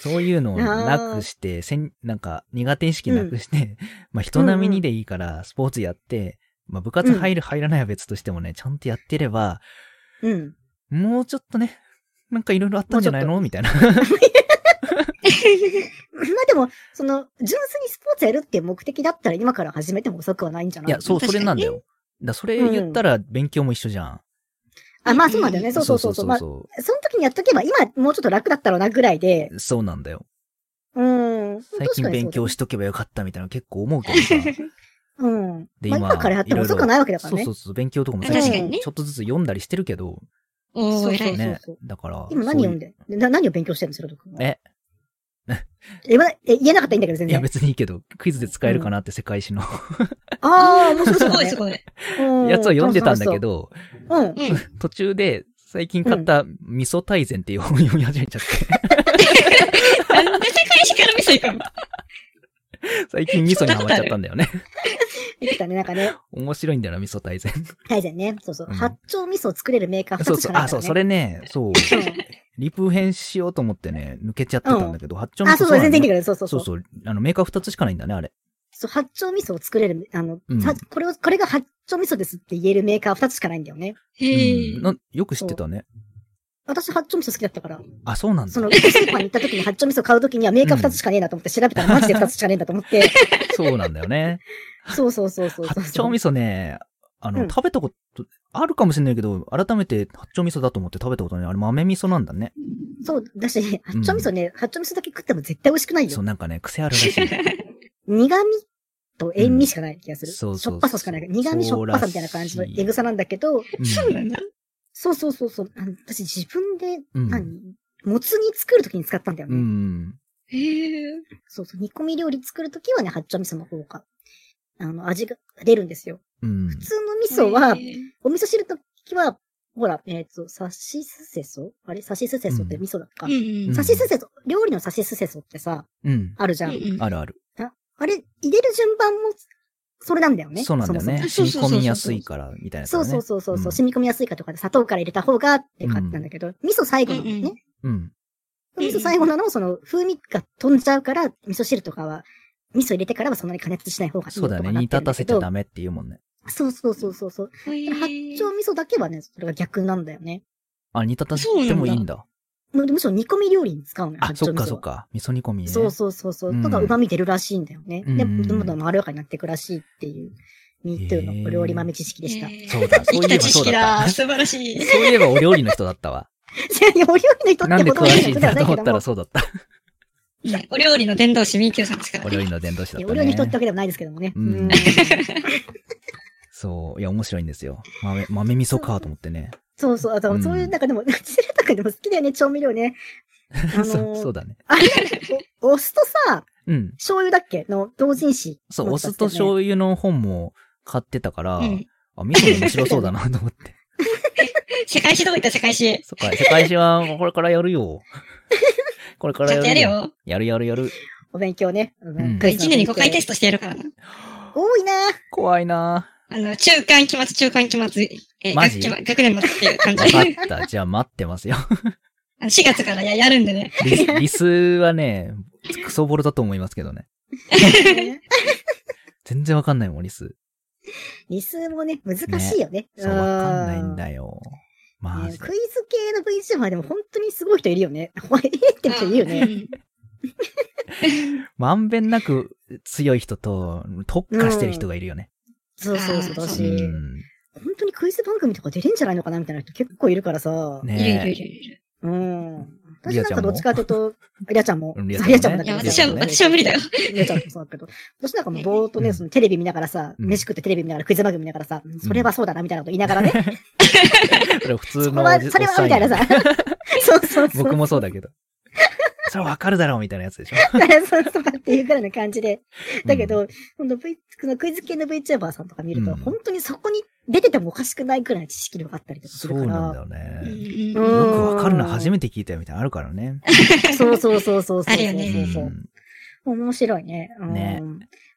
Speaker 1: そういうのをなくして、せん、なんか苦手意識なくして、まあ人並みにでいいからスポーツやって、まあ部活入る入らないは別としてもね、ちゃんとやってれば、
Speaker 2: うん。
Speaker 1: もうちょっとね、なんかいろいろあったんじゃないのみたいな。
Speaker 2: まあでも、その、純粋にスポーツやるっていう目的だったら今から始めても遅くはないんじゃない
Speaker 1: いや、そう、そ
Speaker 3: 確かに
Speaker 1: れなんだよ。だそれ言ったら勉強も一緒じゃん。
Speaker 2: あ、まあそうなんだよね。そうそうそうそう。まあ、そ
Speaker 1: そ
Speaker 2: の時にやっとけば今もうちょっと楽だったろうなぐらいで。
Speaker 1: う。そうなんだよ。
Speaker 2: うん。
Speaker 1: 最近勉強しとけばよかったみたいなの結構思うけど
Speaker 2: *laughs*
Speaker 1: さ。
Speaker 2: 確かにそうだね。う
Speaker 1: で
Speaker 2: ん。まあ今からやっても遅くはないわけだから
Speaker 1: そう
Speaker 2: ね
Speaker 1: そ。うそう、勉強とかも
Speaker 2: 確
Speaker 1: 最
Speaker 2: かに
Speaker 1: 近
Speaker 3: ね
Speaker 1: ちょっとずつ読んだりしてるけど、
Speaker 3: おー、偉
Speaker 2: そう
Speaker 3: い。
Speaker 1: ね
Speaker 2: そう。
Speaker 1: だから。
Speaker 2: 今何読ん
Speaker 1: で
Speaker 2: でな何を勉強してるんですか僕
Speaker 1: え
Speaker 2: 言わないえ、言えなかったらいいんだけど全
Speaker 1: いや
Speaker 2: 然。
Speaker 1: 別にいいけど、クイズで使えるかなって世界史の
Speaker 2: ああ、面白そ
Speaker 3: す
Speaker 2: うだ
Speaker 3: ご
Speaker 1: *laughs*
Speaker 3: い
Speaker 2: ね
Speaker 3: す。ごい。
Speaker 2: うん
Speaker 1: やつを読んでたんだけ。ど、
Speaker 2: うん。
Speaker 3: うん。
Speaker 1: 途中で最近買った味噌大全っていう本を読み始めちゃって、 *laughs*
Speaker 3: なんで世界史から味噌行くの
Speaker 1: 最近味噌にハマっちゃったんだよね。
Speaker 2: *laughs* 言ってたね、なんかね。
Speaker 1: 面白いんだよな、味噌大全。
Speaker 2: 大前ね。そうそう。
Speaker 1: うん
Speaker 2: 八丁味噌を作れるメーカ
Speaker 1: *laughs*
Speaker 2: ー
Speaker 1: そ
Speaker 2: 2
Speaker 1: う
Speaker 2: つし
Speaker 1: そう、
Speaker 2: かない
Speaker 1: あ、
Speaker 2: か
Speaker 1: そ
Speaker 2: ら、
Speaker 1: う、
Speaker 2: ね。
Speaker 1: それね、そう。
Speaker 2: うん
Speaker 1: リプ編しようと思ってね、抜けちゃってたんだけど、八丁味噌
Speaker 2: あ、そうそう、全然いいんだ
Speaker 1: け
Speaker 2: けど、そうそう
Speaker 1: そ
Speaker 2: そうう。そう
Speaker 1: そう、あの、メーカー二つしかないんだね、あれ。
Speaker 2: 八丁味噌を作れる、あの、
Speaker 1: うん
Speaker 2: さこれを、これが八丁味噌ですって言えるメーカー2つしかないんだよね。
Speaker 3: へえ
Speaker 1: うん。。なよく知ってたね。
Speaker 2: 私八丁味噌好きだったから、
Speaker 1: あ、そうなんだ。
Speaker 2: そ
Speaker 1: そ
Speaker 2: の、スーパーに行った時に八丁味噌買う時にはメーカー2つしかねえなと思って調べ
Speaker 1: *laughs*
Speaker 2: たらマジで2つしかねえんだと思って。
Speaker 1: うなんだよね。
Speaker 2: そうそうそうそうそ
Speaker 1: *laughs*
Speaker 2: う。
Speaker 1: 八丁味噌ね、あの、
Speaker 2: うん
Speaker 1: 食べたこと、あるかもしれないけど、改めて八丁味噌だと思って食べたことない。あれ豆味噌なんだね。
Speaker 2: そう、だし、
Speaker 1: うん
Speaker 2: 八丁味噌ね、八丁味噌だけ食っても絶対美味しくない
Speaker 1: そ
Speaker 2: よ
Speaker 1: う、。なんかね、癖あるらしい。
Speaker 2: *laughs* 苦味と塩味しかない気がする。
Speaker 1: うんそうそう
Speaker 2: しょっぱさしかない。苦味しょっぱさみたいな感じの
Speaker 1: そうらしい
Speaker 2: エグさなんだけど、
Speaker 3: そうなんだ。
Speaker 2: そうそうそうそう。あの私自分で、
Speaker 1: うん。うん
Speaker 2: 何もつ煮作るときに使ったんだよ
Speaker 1: う
Speaker 2: ね。
Speaker 1: ん。
Speaker 3: へえ。
Speaker 2: そうそう、煮込み料理作るときはね、八丁味噌の方が、あの、味が出るんですよ。
Speaker 1: うん
Speaker 2: 普。通の味噌は
Speaker 3: へ、ー
Speaker 2: お味噌汁のときは、ほら、えっ、と、サシスセソあれサシスセソって味噌だっけか
Speaker 3: うん。うん。
Speaker 2: サシスセソ、料理のサシスセソってさ、
Speaker 1: うん。
Speaker 2: あるじゃん。
Speaker 3: うんうん
Speaker 1: あるある。
Speaker 2: あれ、入れる順番も、それなんだよね。
Speaker 1: そうなんだよね。染
Speaker 3: そも
Speaker 1: み
Speaker 3: そも
Speaker 1: 込みやすいから、みたいなやつだ
Speaker 2: そ
Speaker 1: ね。
Speaker 2: うそうそうそうそう、
Speaker 1: うん
Speaker 2: 染み込みやすいかとかで砂糖から入れた方がって感じなんだけど、味噌最後なのね。
Speaker 1: うん。
Speaker 3: うん
Speaker 2: 味噌最後なのもその風味が飛んじゃうから、味噌汁とかは、味噌入れてからはそんなに加熱しない方がいいと
Speaker 1: そう
Speaker 2: か
Speaker 1: だ
Speaker 2: な
Speaker 1: ね。
Speaker 2: ってるん
Speaker 1: 煮
Speaker 2: だけど。
Speaker 1: 立たせちゃダメっていうもんね。
Speaker 2: そうそうそうそうそう。
Speaker 3: へー
Speaker 2: 八丁味噌だけはね、それが逆なんだよね。
Speaker 1: あ、煮立たせてもいいんだ。
Speaker 2: むむしろ煮込み料理に使うのよ、
Speaker 1: あ、
Speaker 2: 八丁
Speaker 1: そ
Speaker 2: 味
Speaker 1: っ
Speaker 2: 噌は。
Speaker 1: かそっか。味噌煮込みね。
Speaker 2: そうそうそうそうう。
Speaker 1: ん
Speaker 2: とか、旨味出るらしいんだよね。で、
Speaker 1: うん
Speaker 2: どんどんまろやかになっていくらしいっていう、ミートゥーのお料理豆知識でした。い
Speaker 3: へー
Speaker 1: そうだ。そ
Speaker 3: 生
Speaker 1: う
Speaker 3: き
Speaker 1: いえ
Speaker 3: た
Speaker 1: ば
Speaker 3: 知
Speaker 1: そう
Speaker 3: 識
Speaker 1: だ
Speaker 3: だ。
Speaker 1: った。
Speaker 3: 素晴らしい。
Speaker 1: そういえばお料理の人だ
Speaker 2: *laughs*
Speaker 1: ったわ。
Speaker 2: *laughs* やいや、お料理の人っ
Speaker 1: なん
Speaker 2: て
Speaker 1: で
Speaker 2: こと
Speaker 1: 詳
Speaker 2: は
Speaker 1: しい
Speaker 2: 言
Speaker 1: ん
Speaker 2: うのは
Speaker 1: だ
Speaker 2: な
Speaker 1: と
Speaker 2: い
Speaker 1: 思
Speaker 2: けど
Speaker 1: った
Speaker 2: も
Speaker 1: ら。そうだった。
Speaker 3: いやお料理の伝道師、みーきゅうさんですから
Speaker 1: お
Speaker 3: ね。
Speaker 1: 料理の伝道師だ
Speaker 2: い
Speaker 1: っ
Speaker 2: や
Speaker 1: た
Speaker 2: お
Speaker 1: ね。
Speaker 2: 料理の人ってわけでもないですけどもね。
Speaker 1: うん
Speaker 2: *laughs* うん
Speaker 1: そう。いや、面白いんですよ。豆、豆味噌かと思ってね。
Speaker 2: そうそう。あと
Speaker 1: うん
Speaker 2: そういう、なんかでも、セレタ君でも好きだよね、調味料
Speaker 1: *laughs*
Speaker 2: ね。あのー
Speaker 1: そうそうだね。
Speaker 2: あれ、おお酢とさ、
Speaker 1: うん。
Speaker 2: 醤油だっけの同人誌。
Speaker 1: そう、お酢と
Speaker 2: 油。
Speaker 1: 醤油の本も買ってたから、
Speaker 3: うん
Speaker 1: あ、味噌も面白そうだなと思って。 *laughs*
Speaker 3: 世界史どこ行った世界史。
Speaker 1: そっか、世界史はこれからやる
Speaker 3: *laughs*
Speaker 1: よ。これから
Speaker 3: ちゃ
Speaker 1: や
Speaker 3: ん
Speaker 1: る
Speaker 3: とやる。よ。
Speaker 1: やるやるやる。
Speaker 2: お勉強ね。
Speaker 1: ん
Speaker 2: クイズ
Speaker 3: 1
Speaker 2: の
Speaker 3: 年
Speaker 2: 勉
Speaker 3: に
Speaker 2: 強
Speaker 3: 5回テストしてやるからな。
Speaker 1: *laughs*
Speaker 2: 多いな
Speaker 1: 怖いな
Speaker 3: あの、中間期末、中間期末、えー
Speaker 1: マジ
Speaker 3: 学期末学年末っていう感じ。
Speaker 1: ぁ。わ
Speaker 3: 4
Speaker 1: かった。じゃあ待って
Speaker 3: *laughs*
Speaker 1: ますよ。
Speaker 3: 月からややるんでね。
Speaker 1: リスリスはね、クソボロだと思いますけどね。
Speaker 2: ぁ。
Speaker 1: 全然わかんないもん、リス。
Speaker 2: 理数もね、難しいよね。
Speaker 1: そう、わかんないん
Speaker 2: よ。
Speaker 1: だよ。
Speaker 2: ね
Speaker 1: マジで
Speaker 2: クイ。ズ系の VTuber でも本当にすごい人いる
Speaker 1: *laughs*
Speaker 2: よね。ええって人いるよね。
Speaker 1: まんべんなく強い人と、特化してる人がいるよね。
Speaker 2: そうそうそうだ
Speaker 3: う
Speaker 2: し、
Speaker 1: うん。
Speaker 2: 本当にクイズ番組とか出れんじゃないのかなみたいな人結構いるからさ。
Speaker 3: うん。いるいるい
Speaker 1: ね
Speaker 3: るいる。
Speaker 2: うん。私
Speaker 1: リア
Speaker 2: なん
Speaker 1: ちゃんも
Speaker 2: かどっちかというと、リアちゃんも。
Speaker 1: うんリ
Speaker 2: リ
Speaker 1: ア
Speaker 2: ア
Speaker 1: ち
Speaker 2: ち
Speaker 1: ゃ
Speaker 2: ゃ
Speaker 1: ん
Speaker 2: ん
Speaker 1: も
Speaker 2: も
Speaker 1: ね
Speaker 2: だ
Speaker 3: い
Speaker 2: け
Speaker 3: や、
Speaker 1: リア
Speaker 2: ど。
Speaker 3: 私は、
Speaker 1: もね
Speaker 3: 私は無理だよ。
Speaker 2: リアちゃんもそうだけど。私なんかもうぼーっとね、そのテレビ見ながらさ、
Speaker 1: うん
Speaker 2: 飯食ってテレビ見ながらクイズ番組見ながらさ、それはそうだなみたいなこと言いながらね、
Speaker 1: それ普通
Speaker 2: そ
Speaker 1: の
Speaker 2: こ
Speaker 1: お
Speaker 2: は、
Speaker 1: じ
Speaker 2: それ
Speaker 1: おっさ
Speaker 2: は
Speaker 1: ん
Speaker 2: みたいなさ。そうそうそう。
Speaker 1: 僕もそうだけど。
Speaker 2: *laughs*
Speaker 1: それわかるだろうみたいなやつでしょ。
Speaker 2: そうそうっていうぐらいの感じで。 *laughs* だけど、ほんと V、そのクイズ系の VTuber さんとか見ると、
Speaker 1: うん
Speaker 2: 本当にそこに出ててもおかしくないくらいの知識量があったりとかす
Speaker 1: そ
Speaker 2: るか
Speaker 1: うなんだ
Speaker 2: ら。
Speaker 1: よ
Speaker 3: う
Speaker 1: ね。
Speaker 3: ん
Speaker 1: よ
Speaker 2: うん
Speaker 1: くわかるの初めて聞いたよみたいなのあるからね。
Speaker 2: そうそうそうそうそうそう。
Speaker 3: あるよね
Speaker 2: そうそう
Speaker 1: うん
Speaker 2: 面白いね。うん
Speaker 1: ね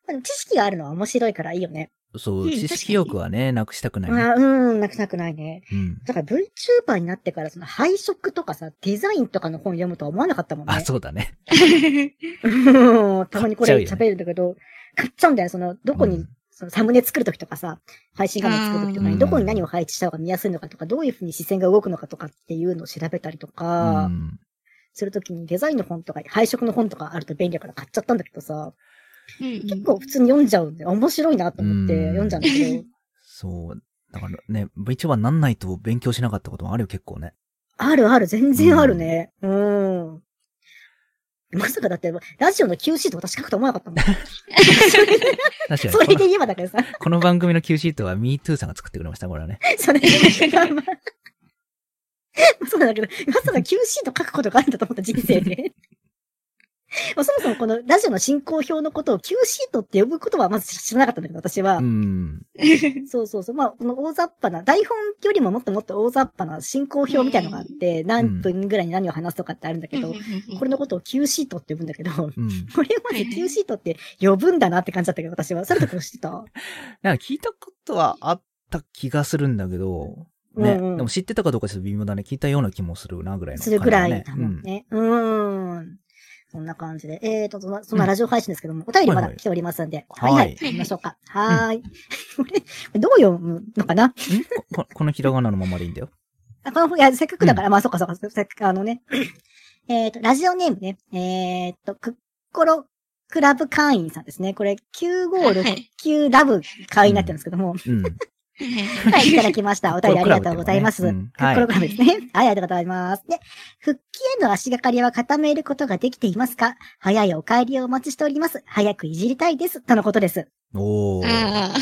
Speaker 2: まあでも知識があるのは面白いからいいよね。
Speaker 1: そうう、
Speaker 3: ん
Speaker 1: 知識欲はね、なくしたくないね。
Speaker 2: あうん、なくなくないね。
Speaker 1: うん。
Speaker 2: だから VTuber になってから、その配色とかさ、デザインとかの本読むとは思わなかったもんね。
Speaker 1: あ、そうだね。
Speaker 2: うんたまにこれ
Speaker 1: 買っちゃう
Speaker 2: 喋るんだけど、買っちゃうんだよ。その、どこ
Speaker 1: う
Speaker 2: に
Speaker 1: ん、
Speaker 2: そのサムネ作るときとかさ、配信画面作るときとか
Speaker 1: あ
Speaker 2: に、
Speaker 1: ー
Speaker 2: どこに何を配置した方が見やすいのかとか、どういうふうに視線が動くのかとかっていうのを調べたりと
Speaker 1: う
Speaker 2: か、
Speaker 1: ん。
Speaker 2: するときにデザインの本とか、配色の本とかあると便利だから買っちゃったんだけどさ、結
Speaker 3: *laughs*
Speaker 2: 構普通に読んじゃうんで、面白いなと思って
Speaker 1: うん
Speaker 2: 読んじゃうんだけど、
Speaker 1: そう。だからね、VTuber なんないと勉強しなかったこともあるよ、結構ね。
Speaker 2: あるある、全然あるね。うん。まさかだって、ラジオの QC と私書くと思わなかったも
Speaker 1: 確か
Speaker 2: ん。
Speaker 1: に
Speaker 2: そ
Speaker 1: こ
Speaker 2: れ
Speaker 1: の。
Speaker 2: で言えばだけどさ、 *laughs*
Speaker 1: この番組の Q シートは MeToo さんが作ってくれました、これはね。
Speaker 2: それで、まあ *laughs* まあ、そうだけど、まさか QC と書くことがあるんだと思った人生で。もうそもそもこのラジオの進行表のことを Q シートって呼ぶことはまず知らなかったんだけど、私は。
Speaker 1: うん。
Speaker 2: そうそうそう。まあ、この大雑把な、台本よりももっともっと大雑把な進行表みたいなのがあって、何分ぐらいに何を話すとかってあるんだけど、これのことを Q シートって呼ぶんだけど、こ
Speaker 1: うん。
Speaker 2: れまで Q シートって呼ぶんだなって感じだったけど、私は。それとこ知ってた。
Speaker 1: なんか聞いたことはあった気がするんだけど、 *laughs* ね。
Speaker 2: うんうん
Speaker 1: でも知ってたかどうかちょっと微妙だね。聞いたような気もするな、ぐらいの
Speaker 2: す
Speaker 1: 感じ
Speaker 2: る
Speaker 1: だね、
Speaker 2: ぐらいだもん
Speaker 1: うん
Speaker 2: ね。うーん。そんな感じで。えーと、そんなそんなラジオ配信ですけども、お便りまだ来ておりますんで。
Speaker 1: は
Speaker 2: はいい
Speaker 1: は
Speaker 2: はいい。行きましょうか。はーい。 *laughs* これ、どう読むのかなん
Speaker 1: ここ *laughs* このひらがなのままでいいんだよ。
Speaker 2: あこの、いや、せっかくだから、まあ、そっかそっか、せっかく、あのね。 *clears throat* えーと、ラジオネームね。えーと、くっころクラブ会員さんですね。これ、9569ラブ会員になってるんですけども。
Speaker 1: うん。
Speaker 3: *laughs*
Speaker 2: *laughs* はい、いただきました。お便りありがとうございます。
Speaker 1: う
Speaker 2: ク
Speaker 1: んはい
Speaker 2: ッコロクラブですね。 *laughs* はい、ありがとうございます。で、復帰への足がかりは固めることができていますか早いお帰りをお待ちしております。早くいじりたいです。とのことです。
Speaker 1: おー。
Speaker 3: あ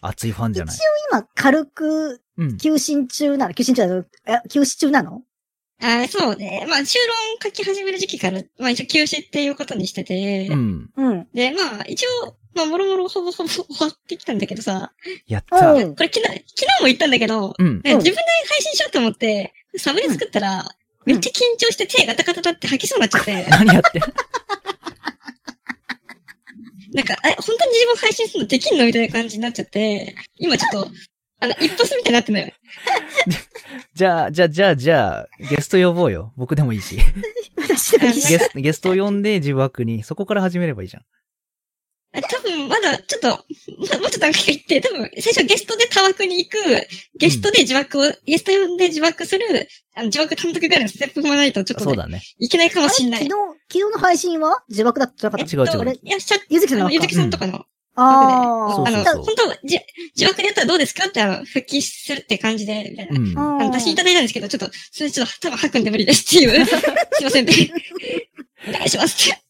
Speaker 3: あ。
Speaker 1: 熱いファンじゃない。
Speaker 2: 今、軽く、
Speaker 1: うん。
Speaker 2: 休診中なの休診中なのえ休止中なの
Speaker 3: あーそうね。まあ、修論書き始める時期から、まあ一応休止っていうことにしてて、
Speaker 1: うん。
Speaker 2: うん。
Speaker 3: で、まあ一応、まあ、もろもろほぼほぼ終わってきたんだけどさ、
Speaker 1: やった
Speaker 2: う。ん
Speaker 3: これ昨日、昨日も言ったんだけど、
Speaker 1: うん。 *laughs*
Speaker 3: ね
Speaker 2: うん
Speaker 3: 自分で配信しようと思って、サムネ作ったら、めっちゃ緊張して手ガタガタだって吐きそうになっちゃって、
Speaker 1: 何やってん *laughs*
Speaker 3: なんか、え、本当に自分配信するのできんのみたいな感じになっちゃって、今ちょっと、あの、一発みたいになってんのよ。
Speaker 1: じゃあ、じゃあ、じゃあ、じゃあ、ゲスト呼ぼうよ。僕でもいいし。
Speaker 2: 私だけ
Speaker 1: *laughs* ゲスゲストを呼んで自爆に、そこから始めればいいじゃん。
Speaker 3: あ多分、まだ、ちょっと、まもうちょっとなんか言って、多分、最初ゲストで多枠に行く、ゲストで自爆を、ゲスト呼んで自爆する、あの、自爆単独ぐらいのステップもないと、ちょっと
Speaker 1: そ
Speaker 3: ね、
Speaker 1: うだね。
Speaker 3: いけないかもしんな
Speaker 2: 昨
Speaker 3: い
Speaker 2: 日、。昨日の配信は自爆だったじゃなか
Speaker 1: え
Speaker 2: っ
Speaker 1: 違う違う
Speaker 3: えっといや、しゃ、
Speaker 2: ゆずきさん
Speaker 3: あ
Speaker 2: の方
Speaker 3: の、
Speaker 2: か
Speaker 3: ゆずきさんとかの、
Speaker 2: た。あ
Speaker 1: そう
Speaker 3: あ
Speaker 1: そ
Speaker 3: の、
Speaker 1: う
Speaker 2: ー
Speaker 1: そう
Speaker 3: 本当じ、自爆でやったらどうですかって、あの、復帰するって感じで、みたいな。
Speaker 1: うん。
Speaker 2: あー。
Speaker 3: あの、足しいただいたんですけど、ちょっと、それちょっと、多分吐くんで無理ですっていう。すいませんね。お願いしますって。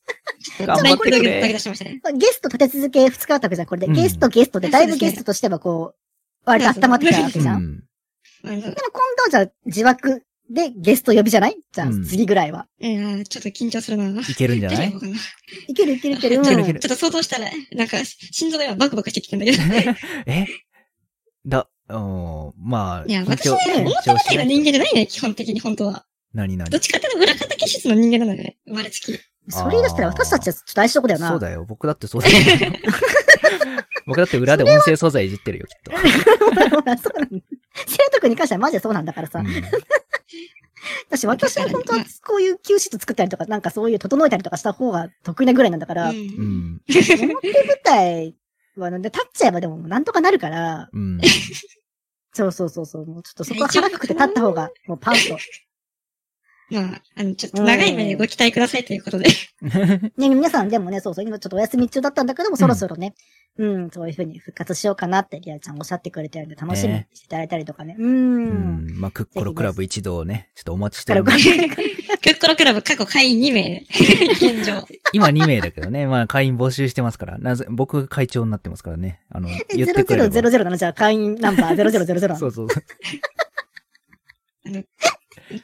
Speaker 1: 頑
Speaker 3: ラ
Speaker 1: 張
Speaker 3: イ
Speaker 1: っ
Speaker 3: ン
Speaker 1: てく
Speaker 3: クだけ投げ
Speaker 1: れ。
Speaker 3: 出しましたね。
Speaker 2: ゲスト立て続け2日あったわけじゃん、これで。
Speaker 1: うん
Speaker 2: ゲスト、ゲストで、だいぶ
Speaker 3: そうですね
Speaker 2: ゲストとしてはこう、割と温まってきたわけ
Speaker 1: う
Speaker 2: じゃん。で
Speaker 1: ん。
Speaker 3: あの
Speaker 2: も今度はじゃあ、自爆でゲスト呼びじゃないじゃあ
Speaker 1: うん、
Speaker 2: 次ぐらいは。
Speaker 3: いやーちょっと緊張するな。
Speaker 1: いけるんじゃ
Speaker 3: 大
Speaker 1: ない
Speaker 3: 丈夫かない
Speaker 2: けるいけるいける。
Speaker 1: いけるいけ
Speaker 2: る。
Speaker 1: る
Speaker 3: ちょっと想像したら、なんか、心臓が今バクバクしてきたんだけど。
Speaker 1: えだ、うん、まあ、
Speaker 3: いや、私ね、
Speaker 1: 緊
Speaker 3: 表
Speaker 1: 張
Speaker 3: 舞
Speaker 1: し
Speaker 3: 台の
Speaker 1: ない。
Speaker 3: 人間じゃないね、基本的に、本当は。
Speaker 1: 何
Speaker 3: どっ
Speaker 1: 何
Speaker 3: ちかっていうと裏方気質の人間なのよね、生まれつき。
Speaker 2: それ言い出したら私たちはちょっと大事なことだよな。
Speaker 1: そうだよ。僕だってそうだ
Speaker 2: *laughs*
Speaker 1: よ。僕だって裏で音声素材いじってるよ、きっと。
Speaker 2: ほらほら、そうなんだ。 *laughs* 生徒君に関してはマジでそうなんだからさ。
Speaker 1: うん
Speaker 2: 私、私は本当はこういう Q シート作ったりとか、なんかそういう整えたりとかした方が得意なぐらいなんだから、
Speaker 3: う。
Speaker 2: 表
Speaker 1: うんん。
Speaker 2: 舞台はなんで立っちゃえばでもなんとかなるから、
Speaker 1: うん。
Speaker 2: そうそうそうそう、もうちょっとそこは腹くくって立った方が、もうパンと。
Speaker 3: まあ、あの、ちょっと長い目でご期待くださいということで。
Speaker 2: ね、皆さんでもね、そうそう、今ちょっとお休み中だったんだけども、そろそろね、うん、そういう風に復活しようかなって、リアちゃんおっしゃってくれてるんで、楽しみにしていただいたりとかね。う。
Speaker 1: うんん。まあ、クッコロクラブ一同ね、ちょっとお待ちして
Speaker 2: だか
Speaker 1: るんで
Speaker 2: ら、
Speaker 3: クッコロクラブ過去会員2名、現状。
Speaker 1: 今2名だけどね、まあ、会員募集してますから、なぜ、僕が会長になってますからね。あの、言ってくれれば。
Speaker 2: 0000なのじゃあ会員ナンバ
Speaker 1: *laughs*
Speaker 2: ー0000な
Speaker 1: そ
Speaker 2: の
Speaker 1: う。そうそう。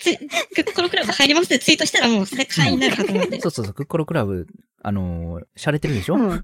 Speaker 3: つクッコロクラブ入りますってツイートしたらもうそれ会員になるはずなんで
Speaker 1: そ。うそうそう、クッコロクラブ、あのー、洒落てるでしょ、
Speaker 2: う
Speaker 1: うん
Speaker 2: ん。
Speaker 3: あ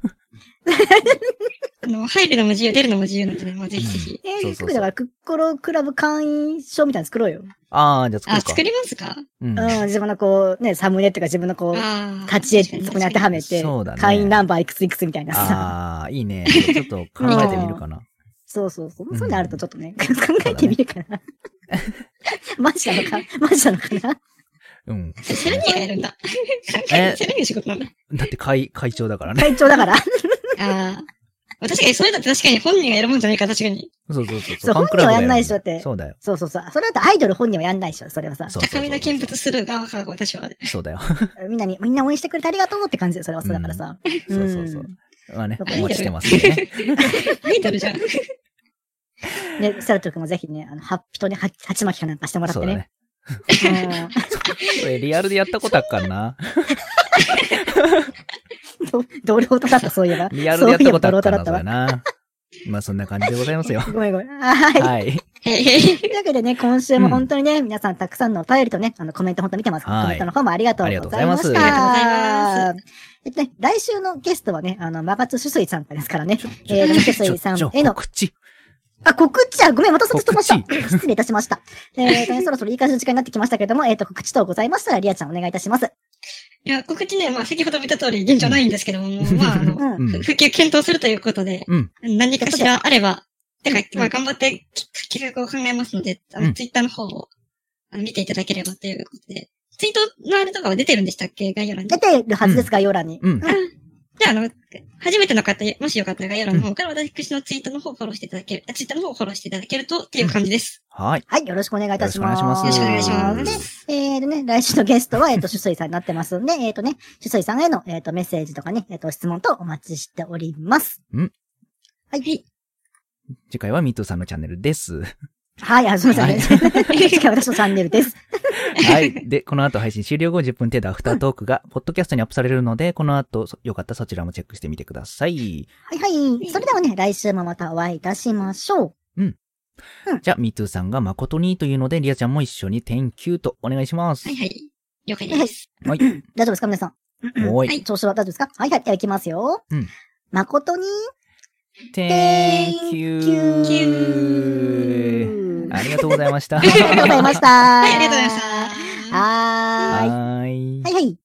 Speaker 3: の、入るのも自由、出るのも自由なんでね、もうぜひぜひ。
Speaker 2: えー、
Speaker 1: そ
Speaker 2: せ
Speaker 1: う
Speaker 2: っ
Speaker 1: そう
Speaker 2: かくだ
Speaker 1: そ
Speaker 2: か
Speaker 1: う。
Speaker 2: ら、クッコロクラブ会員証みたいなの作ろうよ。
Speaker 1: ああ、じゃあ作る
Speaker 3: あ、
Speaker 1: か。
Speaker 3: 作りますか
Speaker 1: うん。
Speaker 2: うん、自分のこう、ね、サムネっていうか自分のこう、
Speaker 3: ああ。
Speaker 2: 立ち絵、そこに当てはめて
Speaker 1: そうだね、
Speaker 2: 会員ナンバーいくついくつみたいなさ。
Speaker 1: ああ、いいね。ちょっと考えてみるかな。
Speaker 2: そうそうそう。
Speaker 1: うん
Speaker 2: そういうのあるとちょっとね、考 *laughs* えてみるかな。 *laughs* マジなのかマジなのか
Speaker 1: *laughs*
Speaker 2: な *laughs*
Speaker 1: うん。
Speaker 3: セルニーがやるんだ。
Speaker 1: え
Speaker 3: *laughs* セルニーの仕事なんだ。
Speaker 1: だって会、会長だからね。
Speaker 2: 会長だから。
Speaker 3: ああ。確かに、それだって確かに本人がやるもんじゃないから、確かに。
Speaker 1: そうそうそう。
Speaker 2: そう
Speaker 1: ファンクラブが
Speaker 2: 本人はやんないでしょだって
Speaker 1: そうだよ。
Speaker 2: そうそうそう。それだとアイドル本人はやんないでしょ、それはさ。
Speaker 1: そうそ
Speaker 3: 高
Speaker 1: う
Speaker 3: み
Speaker 1: そ
Speaker 3: の
Speaker 1: う。
Speaker 3: 見物する側が私は。
Speaker 1: そうだよ。
Speaker 2: みんなに、みんな応援してくれてありがとうって感じで、それはさ、
Speaker 1: うん
Speaker 2: だからさ。。
Speaker 1: そうそうそううんまあね、
Speaker 2: そう
Speaker 1: お
Speaker 2: か
Speaker 1: 待ちしてますんでね。
Speaker 3: アイドルじゃん。
Speaker 2: ね、セラトル君もぜひね、あの、は、人には、鉢巻きかなんかしてもらっ
Speaker 1: そう
Speaker 2: て
Speaker 1: だ
Speaker 2: ね。
Speaker 1: ね。
Speaker 2: うん
Speaker 1: これリアルでやったことあっかんな。
Speaker 2: *laughs* どドルオタだった、そういえば。
Speaker 1: リアルでやったことあっか
Speaker 2: そう
Speaker 1: ん
Speaker 2: いえばドルオタだ
Speaker 1: な、
Speaker 2: っ
Speaker 1: そ
Speaker 2: た
Speaker 1: れ
Speaker 2: わ。
Speaker 1: な。まあそんな感じでございますよ。
Speaker 2: ごめんごめん。あはい。
Speaker 1: はい。
Speaker 3: へいへい。
Speaker 2: というわけでね、今週も本当にね、皆さんたくさんのお便りとね、あの、コメント本当見てます。
Speaker 1: はい
Speaker 2: コメントの方もありがとうございま
Speaker 1: ありがと
Speaker 2: した。
Speaker 3: うございますありがとうござい
Speaker 2: えっとね、来週のゲストはね、あの、マガツシュスイさんですからね。
Speaker 1: ちょ
Speaker 2: えー、シュス
Speaker 1: ちょ
Speaker 2: イさん
Speaker 1: ちょ
Speaker 2: への、
Speaker 1: 告知。
Speaker 2: あ、告知はごめん、またそっち飛ばした
Speaker 1: 告。
Speaker 2: 失礼いたしました。えっと
Speaker 3: *laughs*
Speaker 2: ね、そろそろいい感じの時間になってきましたけども、えっと、告知等ございましたら、リアちゃんお願いいたします。
Speaker 3: いや、告知ね、まあ、先ほど見た通り、現状ないんですけども、まあ、あの
Speaker 2: う、ん。
Speaker 1: うん。
Speaker 3: 普及検討するということで、
Speaker 1: うん
Speaker 3: 何かしらあれば、てか、ま
Speaker 2: う
Speaker 3: あ、
Speaker 2: ん
Speaker 3: 頑張ってき企画を考えますので、あ
Speaker 1: う
Speaker 3: の、
Speaker 1: ん
Speaker 3: ツイッターの方をあの見ていただければということで、ツイートのあれとかは出てるんでしたっけ概要欄に
Speaker 2: 出。てるはずです、概要欄に。
Speaker 1: うん。
Speaker 3: じゃあ、あの、初めての方、もしよかったら概要欄の方から私のツイートの方をフォローしていただける、あツイッターの方をフォローしていただけるとっていう感じです。
Speaker 1: はい。
Speaker 2: はい、よろしくお願いい
Speaker 1: よ
Speaker 2: た
Speaker 1: ろし
Speaker 2: し
Speaker 1: くお願
Speaker 2: ま
Speaker 1: い
Speaker 2: す。
Speaker 1: します。。
Speaker 3: よろしくお願いします
Speaker 2: えーとね、来週のゲストは、えっ、と、主水さんになってますんで、えっ、とね、主水さんへの、えっ、と、メッセージとかね、えっ、と、質問とお待ちしております。
Speaker 3: はい。
Speaker 1: 次回はミートさんのチャンネルです。
Speaker 2: はい、あ、すみません。次回私のチャンネルです。
Speaker 1: はい。で、この後配信終了後10分程度アフタートークが、ポッドキャストにアップされるので、この後、そよかったらそちらもチェックしてみてください。
Speaker 2: はいはい。それではね、来週もまたお会いいたしましょ
Speaker 1: う
Speaker 2: う。
Speaker 1: ん。
Speaker 2: うん
Speaker 1: じゃあ、ミートゥーさんが誠にというので、リアちゃんも一緒に Thank you とお願いします。
Speaker 3: はいはい。了解です。
Speaker 1: はい。
Speaker 2: 大丈夫ですか皆さん。
Speaker 1: おい。
Speaker 3: はい
Speaker 2: 調子は大丈夫ですかはいはい。では行きますよ。
Speaker 1: うん。
Speaker 2: 誠に、
Speaker 1: Thank you! ありが *laughs* とうございました。
Speaker 2: ありがとうございました。
Speaker 3: はい、ありがとうございました。
Speaker 2: はーい。
Speaker 1: はーい
Speaker 2: はいはい。